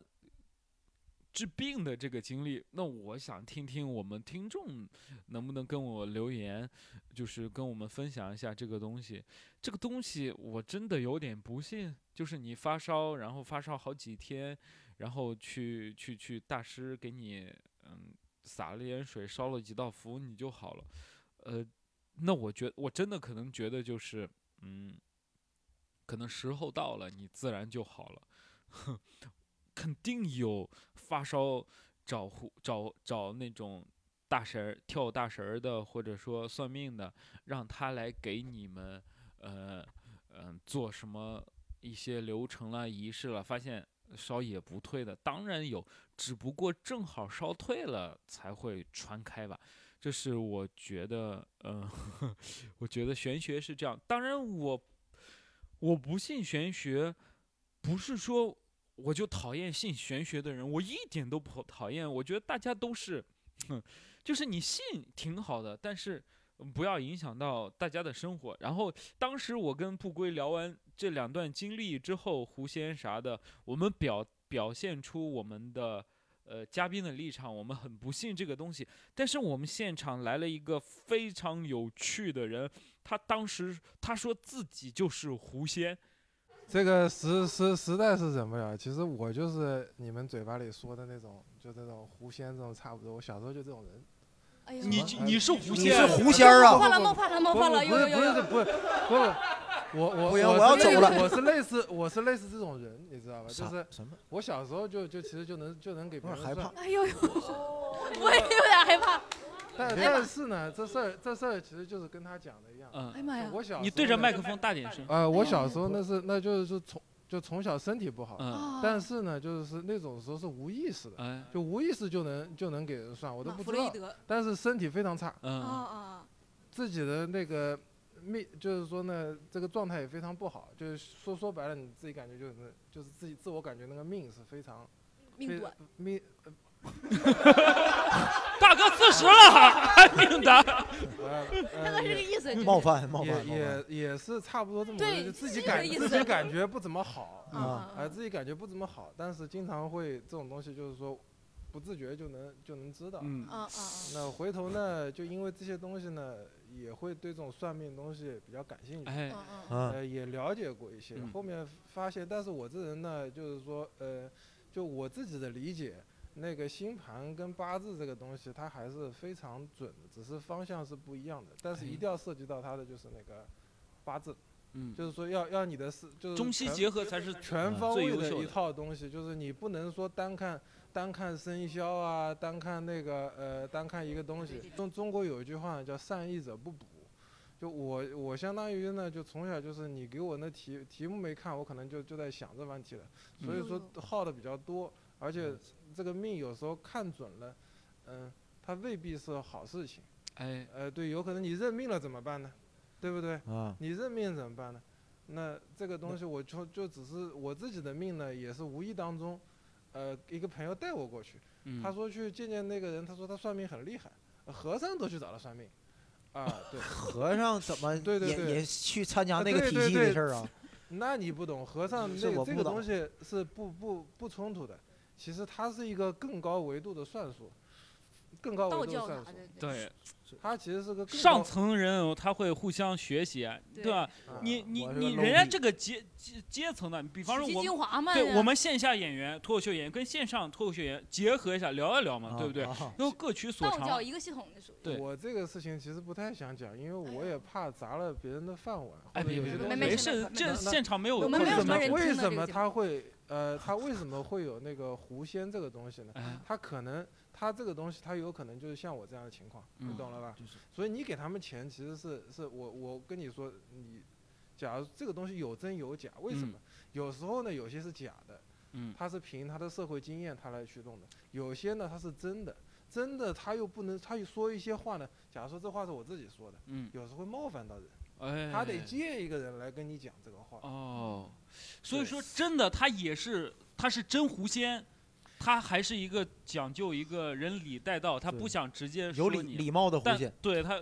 治病的这个经历，那我想听听我们听众能不能跟我留言，就是跟我们分享一下这个东西。这个东西我真的有点不信，就是你发烧，然后发烧好几天，然后去去去大师给你嗯撒了点水，烧了几道符，你就好了。呃，那我觉我真的可能觉得就是嗯。可能时候到了，你自然就好了。 *laughs* 哼，肯定有发烧找胡找找那种大神儿跳大神儿的，或者说算命的，让他来给你们呃嗯、做什么一些流程啦、仪式了，发现烧也不退的，当然有，只不过正好烧退了才会传开吧。这是我觉得，嗯、 *laughs* 我觉得玄学是这样。当然我我不信玄学，不是说我就讨厌信玄学的人，我一点都不讨厌。我觉得大家都是，哼，就是你信挺好的，但是嗯不要影响到大家的生活。然后当时我跟不归聊完这两段经历之后，狐仙啥的，我们表表现出我们的呃嘉宾的立场，我们很不信这个东西。但是我们现场来了一个非常有趣的人，他当时他说自己就是狐仙，这个时时时代是怎么了？其实我就是你们嘴巴里说的那种，就那种狐仙这种差不多。我小时候就这种人。哎呦你什么你是狐仙你是狐仙儿啊冒犯了，冒犯了，冒不犯了，不有不是有有不是有，不是不是，我我不行我我要是走了我是类似我是类似这种人，你知道吧？就啥是什么？我小时候就就其实就能就能给别有人点害算怕。哎呦呦，我也有点害怕。但但是呢，这事儿这事儿其实就是跟他讲的一样。嗯哎，呀妈呀！我小你时对候着呢麦克风大点声，呃，我哎呀小时候那是那就是就从就从小身体不好，嗯，但是呢，就是那种时候是无意识的，哎，就无意识就能就能给人算，我都马不弗知洛伊道。德但是身体非常差，啊嗯，啊自己的那个命就是说呢，这个状态也非常不好，就是说说白了，你自己感觉就是就是自己自我感觉那个命是非常啊！命非短， *laughs* 命大哥四十了，还命的， *laughs* 呃大概呃是这个意思。冒犯冒也犯冒犯也也是差不多这么回对事，就自是己这个感意自思 *laughs* 己感觉不怎么好，啊啊啊，自己感觉不怎么好，但是经常会这种东西，就是说不自觉就能就能知道。嗯啊啊！那回头呢，就因为这些东西呢，也会对这种算命东西比较感兴趣，哎嗯，嗯啊！呃，也了解过一些。嗯后面发现，但是我这人呢，就是说，呃，就我自己的理解，那个星盘跟八字这个东西，它还是非常准的，只是方向是不一样的，但是哎一定要涉及到它的就是那个八字，嗯，就是说要要你的是就是中西全结合才是全嗯方最位优秀一的套东西，就是你不能说单看单看生肖啊，单看那个呃，单看一个东西。中中国有一句话叫“善易者不补”，就我我相当于呢，就从小就是你给我那题题目没看，我可能就就在想这问题了，所以说耗的比较多，而嗯且这个命有时候看准了，嗯、它未必是好事情。哎，呃，对，有可能你认命了怎么办呢？对不对？啊，你认命怎么办呢？那这个东西我就就只是我自己的命呢，也是无意当中，呃，一个朋友带我过去，嗯他说去见见那个人，他说他算命很厉害，呃和尚都去找他算命，啊， *laughs* 对，和尚怎么对对也对也去参加啊那个对体对系的对事儿啊？那你不懂，和尚是那我个不这个懂东西是不不不冲突的，其实它是一个更高维度的算术，更高道维度的教算啥术，的，对，它其实是个更上高层人哦他会互相学习，对吧？啊你你我是个你， low 人家 B 这个阶阶阶层的，比方说取其我精华嘛。对我们线下演员、脱口秀演员跟线上脱口秀演员结合一下，聊一聊嘛，啊对不对？啊都各取所道教长。一个系统的属于。对我这个事情其实不太想讲，因为哎我呀也怕砸了别人的饭碗，哎，或者别有别些别，东没西没没事事，没这事现场没有我控们制没的。有什么人为听的什这么个节他会呃，他为什么会有那个狐仙这个东西呢？哎，他可能他这个东西，他有可能就是像我这样的情况，嗯你懂了吧？就是所以你给他们钱，其实是是我我跟你说，你假如这个东西有真有假，为什么？有时候呢，有些是假的，嗯他是凭他的社会经验他来驱动的；有些呢，他是真的，真的他又不能，他又说一些话呢，假如说这话是我自己说的，嗯，有时候会冒犯到人，哎，他得借一个人来跟你讲这个话。哦，所以说真的，他也是，他是真狐仙，他还是一个讲究一个人礼带道，他对不想直接有说礼你，礼貌的狐但仙，啊对他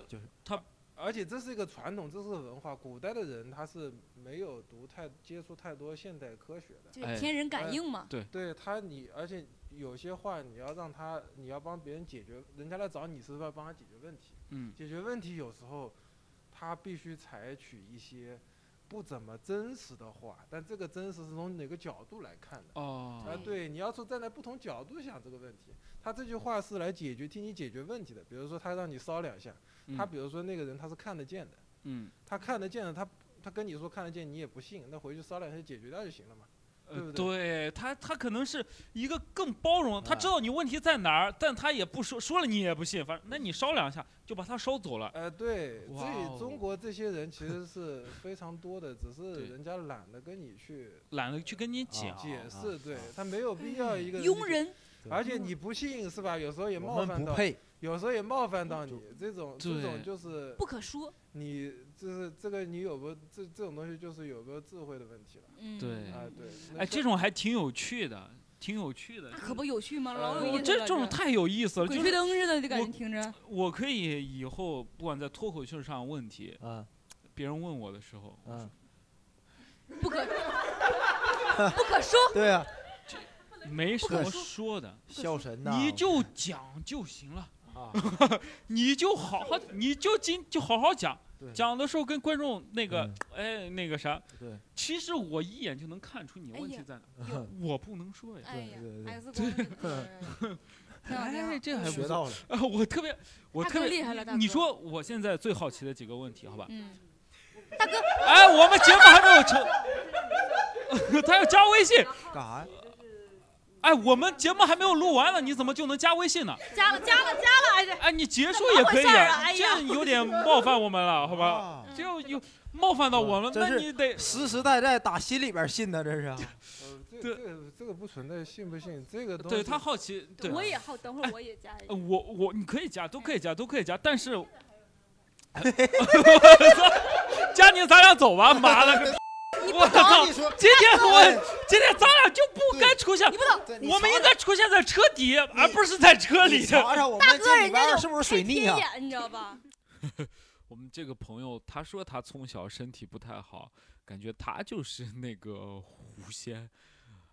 而且这是一个传统，这是个文化。古代的人他是没有读太接触太多现代科学的，就哎天人哎感应嘛。对他你，而且有些话你要让他，你要帮别人解决，人家来找你是要帮他解决问题。嗯解决问题有时候他必须采取一些不怎么真实的话，但这个真实是从哪个角度来看的？哦啊，对，你要是站在不同角度想这个问题，他这句话是来解决替你解决问题的。比如说他让你烧两下，他比如说那个人他是看得见的。嗯他看得见的，他他跟你说看得见，你也不信，那回去商量一下解决掉就行了嘛。呃对不对他他可能是一个更包容，他哎知道你问题在哪儿，但他也不说说了你也不信，反正那你烧两下就把他烧走了。呃，对，哇哦这中国这些人其实是非常多的，只对是人家懒得跟你去懒得去跟你啊讲。解释，对他没有必嗯要一个庸去，人而且你不信是吧？有时候也啊我冒们犯不到，配，有时候也冒犯到你，这种这对种就是不可说。你就是这个你有没有这这种东西就是有没有智慧的问题了嗯，对啊？对，那哎，像这种还挺有趣的，挺有趣的。可不有趣吗？老有我意思了。嗯这这种太有意思了，鬼就吹是灯似的，就感我觉听着。我可以以后不管在脱口秀上问题，嗯别人问我的时候，嗯，不可不 *laughs* 可说。对啊，没什可么说说的，笑神呐，你就讲就行了，啊， *laughs* 你就好好，你就今就好好讲。对嗯讲的时候跟观众那个，哎，那个啥，对其实我一眼就能看出你哎问呀题在哪， *laughs* 我不能说 *laughs* 呀。哎呀对对对，X 光这哎，个挺好挺好这还不学错到了，啊，我特别， *laughs* 我大特哥别厉害了大你哥说我现在最好奇的几个问题，好吧？嗯，哎，我们节目还没有成， *laughs* 他要加微信。干啥呀？哎，我们节目还没有录完呢，你怎么就能加微信呢？加了加了加哎，你结束也可以怎么回事儿啊啊，哎呀这有点冒犯我们 *laughs* 了，好吧？啊这又又冒犯到我们，真那是你得实实在在打心里边信呢，这是啊。呃，这对这个这个不存在信不信，这个东西对他好奇，对，啊我也好，等会儿我也加呃一个。我我你可以加，都可以加，都可以加，但是， *laughs* 佳宁，咱俩走吧，妈 *laughs* 了！ *laughs* 我操！你说，今天哎我今天咱俩就不该出现，对你我们查应该出现在车底，而你不是在车查里你。查查我们这里边是不是水贴逆啊？眼，你知 *laughs* 道吧？我们这个朋友他说他从小身体不太好，感觉他就是那个狐仙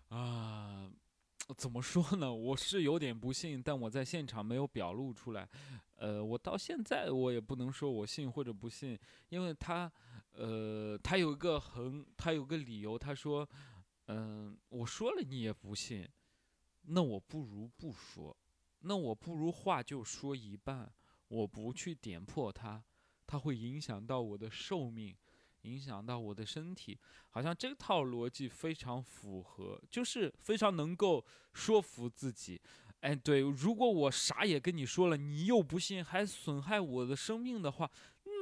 啊。怎么说呢？我是有点不信，但我在现场没有表露出来。呃，我到现在我也不能说我信或者不信，因为他，呃，他有一个很，他有个理由，他说，嗯、我说了你也不信，那我不如不说，那我不如话就说一半，我不去点破它，它会影响到我的寿命，影响到我的身体。好像这套逻辑非常符合，就是非常能够说服自己。哎，对，如果我啥也跟你说了，你又不信，还损害我的生命的话，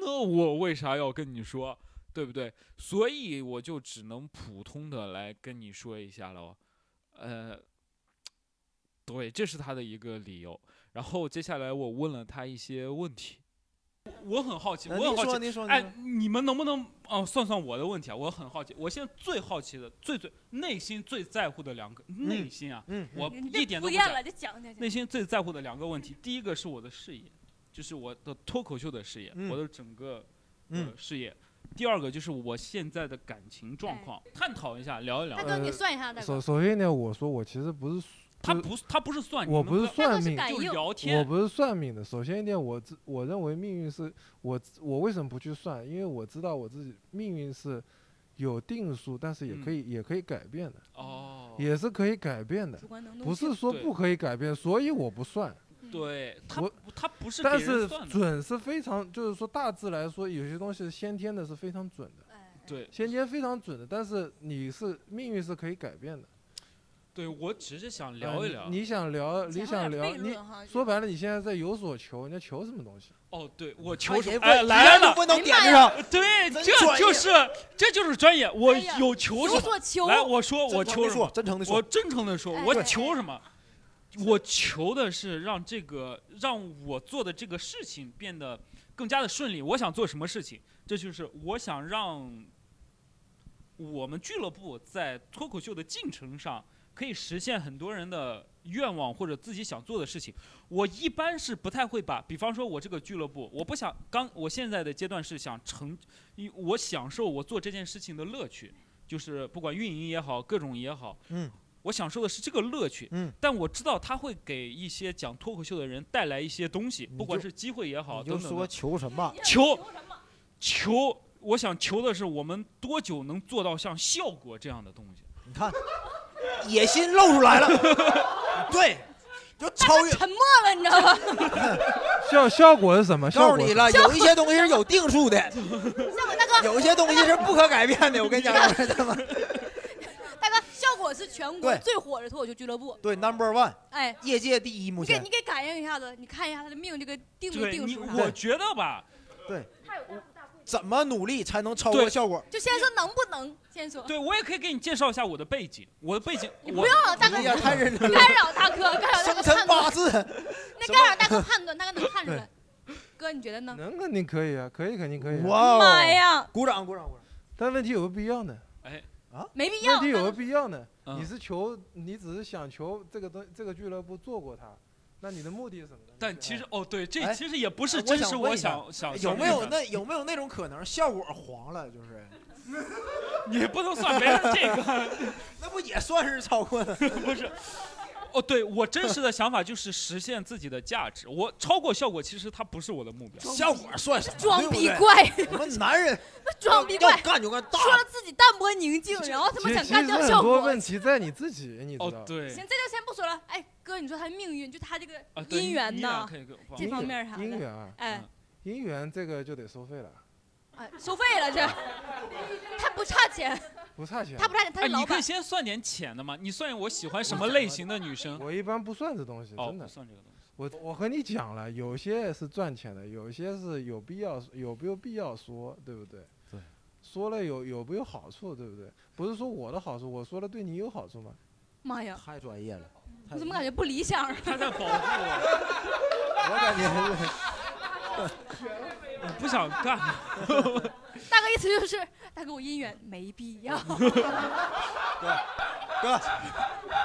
那我为啥要跟你说？对不对？所以我就只能普通的来跟你说一下喽。呃，对，这是他的一个理由。然后接下来我问了他一些问题，我很好奇，我呃很您好奇说，，您嗯说，您哎说，，你们能不能哦、算算我的问题啊？我很好奇，我现在最好奇的、最最内心最在乎的两个、内心啊，嗯，我你这一点都敷不衍假了，就讲讲内心最在乎的两个问题，第一个是我的事业，就是我的脱口秀的事业，嗯我的整个嗯呃事业。第二个就是我现在的感情状况，哎探讨一下，聊一聊大。哥哥，你你算一下，大首哥，首先一点，我说我其实不是，他不是，他不是算，我你们不是大哥算是命，感就应是，聊我天。不是算命的。首先一点，我自我认为命运是我自我为什么不去算？因为我知道我自己命运是有定数，但是也嗯可以、也可以改变的，哦，也是可以改变的主，观能动不是说对不可以改变，所以我不算。对他我，他不是给但人是算的，准是非常，就是说大致来说，有些东西先天的是非常准的，哎对先天非常准的，但是你是命运是可以改变的。对，我只是想呃聊一聊。你想聊，你想聊，你啊说白白了，你现在在有所求，你在求什么东西？哦，对，我求什哎么？哎，来了，不能点哎子上，对，真这专业就是这就是专业。我哎呀有求有什么？所求，来，我说我真求诚地什么说，？真诚的我真诚的说，说，哎我对求什么？我求的是让这个让我做的这个事情变得更加的顺利。我想做什么事情？这就是我想让我们俱乐部在脱口秀的进程上可以实现很多人的愿望或者自己想做的事情。我一般是不太会把，比方说我这个俱乐部，我不想刚我现在的阶段是想成，因我享受我做这件事情的乐趣，就是不管运营也好，各种也好，嗯，我享受的是这个乐趣，嗯，但我知道它会给一些讲脱口秀的人带来一些东西，你不管就是机会也好，你就等等说的求什么？求求，我想求的是我们多久能做到像效果这样的东西。你看，野心露出来了， *laughs* 对，就超 *laughs* 越。沉默了，你知道吧？效效果是什么？告效诉果你是了，有一些东西是有定数的，有一些东西是不可改变的。我跟你讲，我真的吗？ *laughs* 大哥，效果是全国对最火的脱口秀俱乐部，对，Number One，哎，业界第一，目你给前你给感应一下子，你看一下他的命这个定没对定你，数啥我的，觉得吧，怎么努力才能超过对效果？就先说能不能，先说。对我也可以给你介绍一下我的背景。我的背景，你我不要大哥哎呀，太认真了，干扰大哥，干扰大生哥辰判断，八字，那干扰大哥判断，大哥能看出来。哥，你觉得呢？能肯定可以啊，可以肯定可以、啊。哇哦！呀，鼓掌鼓掌鼓掌！但问题有个不一样的，哎，啊，没必要那就有那个必要呢。嗯你是求，你只是想求这个东这个俱乐部做过它，那你的目的是什么呢？但其实哦，对，这哎其实也不是我真想实问我一下想想有想没有的，那有没有那种可能效果黄了？就是你不能算别人这 *laughs* 个，那不也算是超过了？不是。哦，对我真实的想法就是实现自己的价值。我超过效果，其实它不是我的目标。效果算什么？装逼对不怪，对我们男人 *laughs* 装逼要怪要，干就干大说了自己淡泊宁静，然后他其妈实想其干实掉很效多果。问题在你自己，你知道哦，吧？对行，，这就先不说了。哎，哥，你说他命运，就他这个啊，对姻缘呐，你你俩可以给我这方面啥的姻缘啊，哎嗯姻缘这个就得收费了，哎，收费了这， *laughs* 他不差钱，不差钱。他不差钱，他哎，是你老可板以。先算点浅的嘛，你算我喜欢什么类型的女生？我一般不算这东西，哦，真不的。算这个东西。我我和你讲了，有些是赚钱的，有些是有必要有没有必要说，对不对？对。说了有有没有好处，对不对？不是说我的好处，我说了对你有好处吗？妈呀，太专业了。我怎么感觉不理想啊？ *laughs* 他在保护我， *laughs* 我感觉是。我不想干。大概意思就是，大哥我姻缘没必要。哥，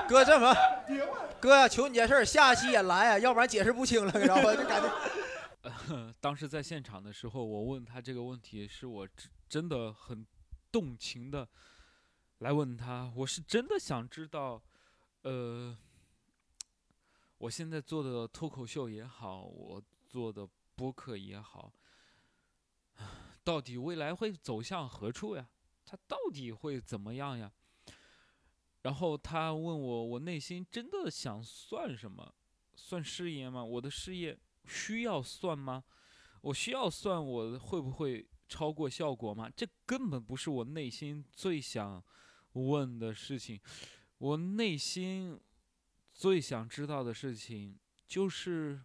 哥这么，哥呀，求你件事儿，下期也来呀，要不然解释不清了，然后就感觉当时在现场的时候，我问他这个问题，是我真真的很动情的来问他，我是真的想知道，呃，我现在做的脱口秀也好，我做的播客也好，到底未来会走向何处呀？它到底会怎么样呀？然后他问我，我内心真的想算什么？算事业吗？我的事业需要算吗？我需要算我会不会超过效果吗？这根本不是我内心最想问的事情。我内心最想知道的事情就是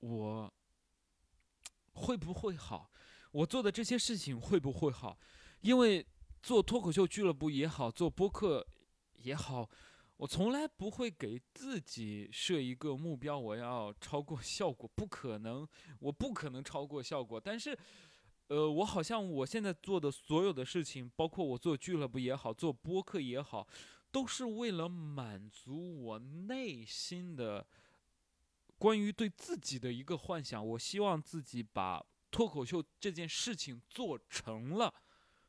我会不会好，我做的这些事情会不会好？因为做脱口秀俱乐部也好，做播客也好，我从来不会给自己设一个目标，我要超过效果，不可能，我不可能超过效果。但是，呃，我好像我现在做的所有的事情，包括我做俱乐部也好，做播客也好，都是为了满足我内心的关于对自己的一个幻想。我希望自己把脱口秀这件事情做成了。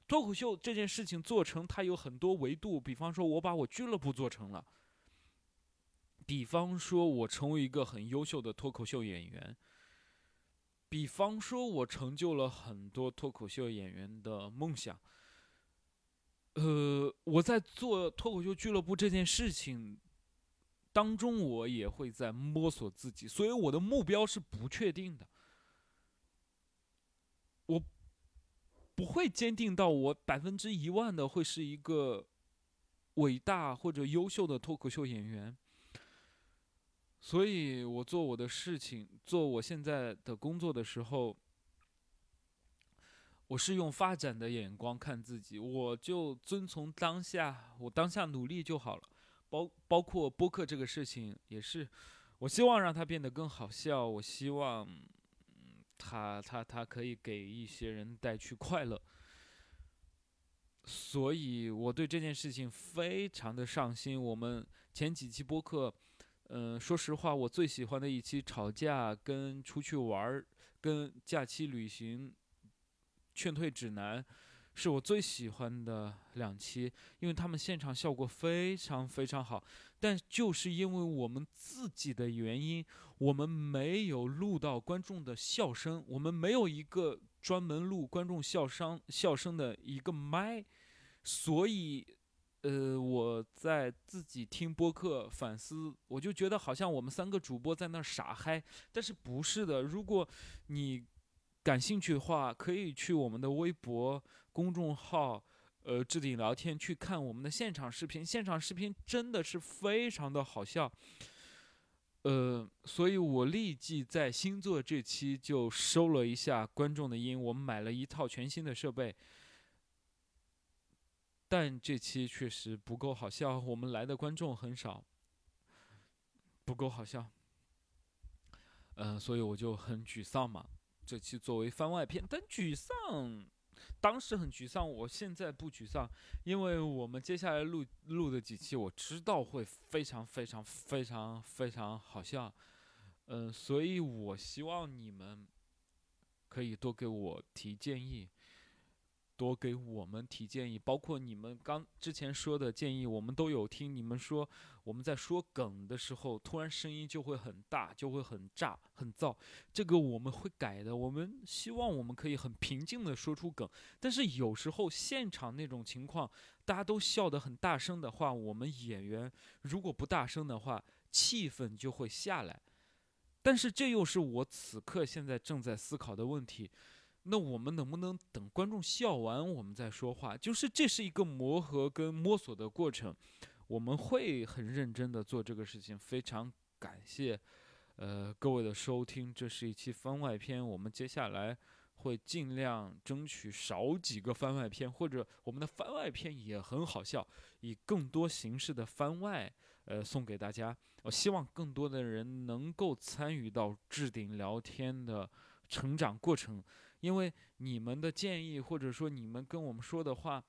脱口秀这件事情做成，它有很多维度，比方说我把我俱乐部做成了，比方说我成为一个很优秀的脱口秀演员，比方说我成就了很多脱口秀演员的梦想。呃，我在做脱口秀俱乐部这件事情当中，我也会在摸索自己，所以我的目标是不确定的。我不会坚定到我百分之一万的会是一个伟大或者优秀的脱口秀演员。所以我做我的事情，做我现在的工作的时候，我是用发展的眼光看自己，我就遵从当下，我当下努力就好了。包包括播客这个事情也是，我希望让它变得更好笑，我希望它它它可以给一些人带去快乐。所以我对这件事情非常的上心。我们前几期播客，嗯、说实话，我最喜欢的一期吵架、跟出去玩儿、跟假期旅行、劝退指南，是我最喜欢的两期，因为他们现场效果非常非常好。但就是因为我们自己的原因，我们没有录到观众的笑声，我们没有一个专门录观众笑声笑声的一个麦，所以，呃，我在自己听播客反思，我就觉得好像我们三个主播在那儿傻嗨，但是不是的。如果你感兴趣的话，可以去我们的微博公众号。呃，置顶聊天去看我们的现场视频，现场视频真的是非常的好笑，呃，所以我立即在星座这期就收了一下观众的音，我买了一套全新的设备，但这期确实不够好笑，我们来的观众很少，不够好笑，呃嗯、所以我就很沮丧嘛。这期作为番外篇，但沮丧当时很沮丧，我现在不沮丧，因为我们接下来录录的几期，我知道会非常非常非常非常好笑，嗯、所以我希望你们可以多给我提建议，多给我们提建议，包括你们刚之前说的建议，我们都有听。你们说我们在说梗的时候，突然声音就会很大，就会很炸、很燥，这个我们会改的。我们希望我们可以很平静的说出梗，但是有时候现场那种情况，大家都笑得很大声的话，我们演员如果不大声的话，气氛就会下来。但是这又是我此刻现在正在思考的问题，那我们能不能等观众笑完我们再说话？就是这是一个磨合跟摸索的过程，我们会很认真的做这个事情。非常感谢，呃，各位的收听，这是一期番外篇，我们接下来。会尽量争取少几个番外篇，或者我们的番外篇也很好笑，以更多形式的番外，呃，送给大家。我希望更多的人能够参与到置顶聊天的成长过程，因为你们的建议或者说你们跟我们说的话，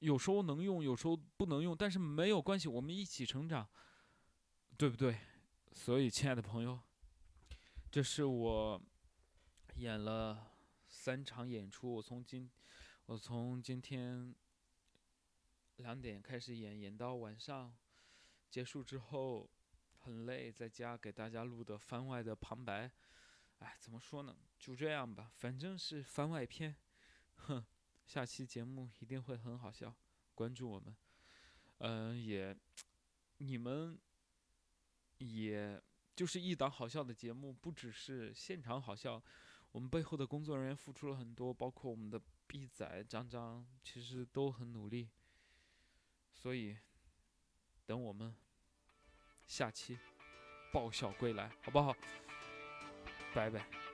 有时候能用，有时候不能用，但是没有关系，我们一起成长，对不对？所以，亲爱的朋友，这是我演了三场演出，我从今我从今天两点开始演，演到晚上结束之后。很累，在家给大家录的番外的旁白，哎，怎么说呢？就这样吧，反正是番外篇，哼，下期节目一定会很好笑，关注我们，嗯、也你们也就是一档好笑的节目，不只是现场好笑，我们背后的工作人员付出了很多，包括我们的毕仔、张张，其实都很努力，所以等我们下期爆笑归来，好不好？拜拜。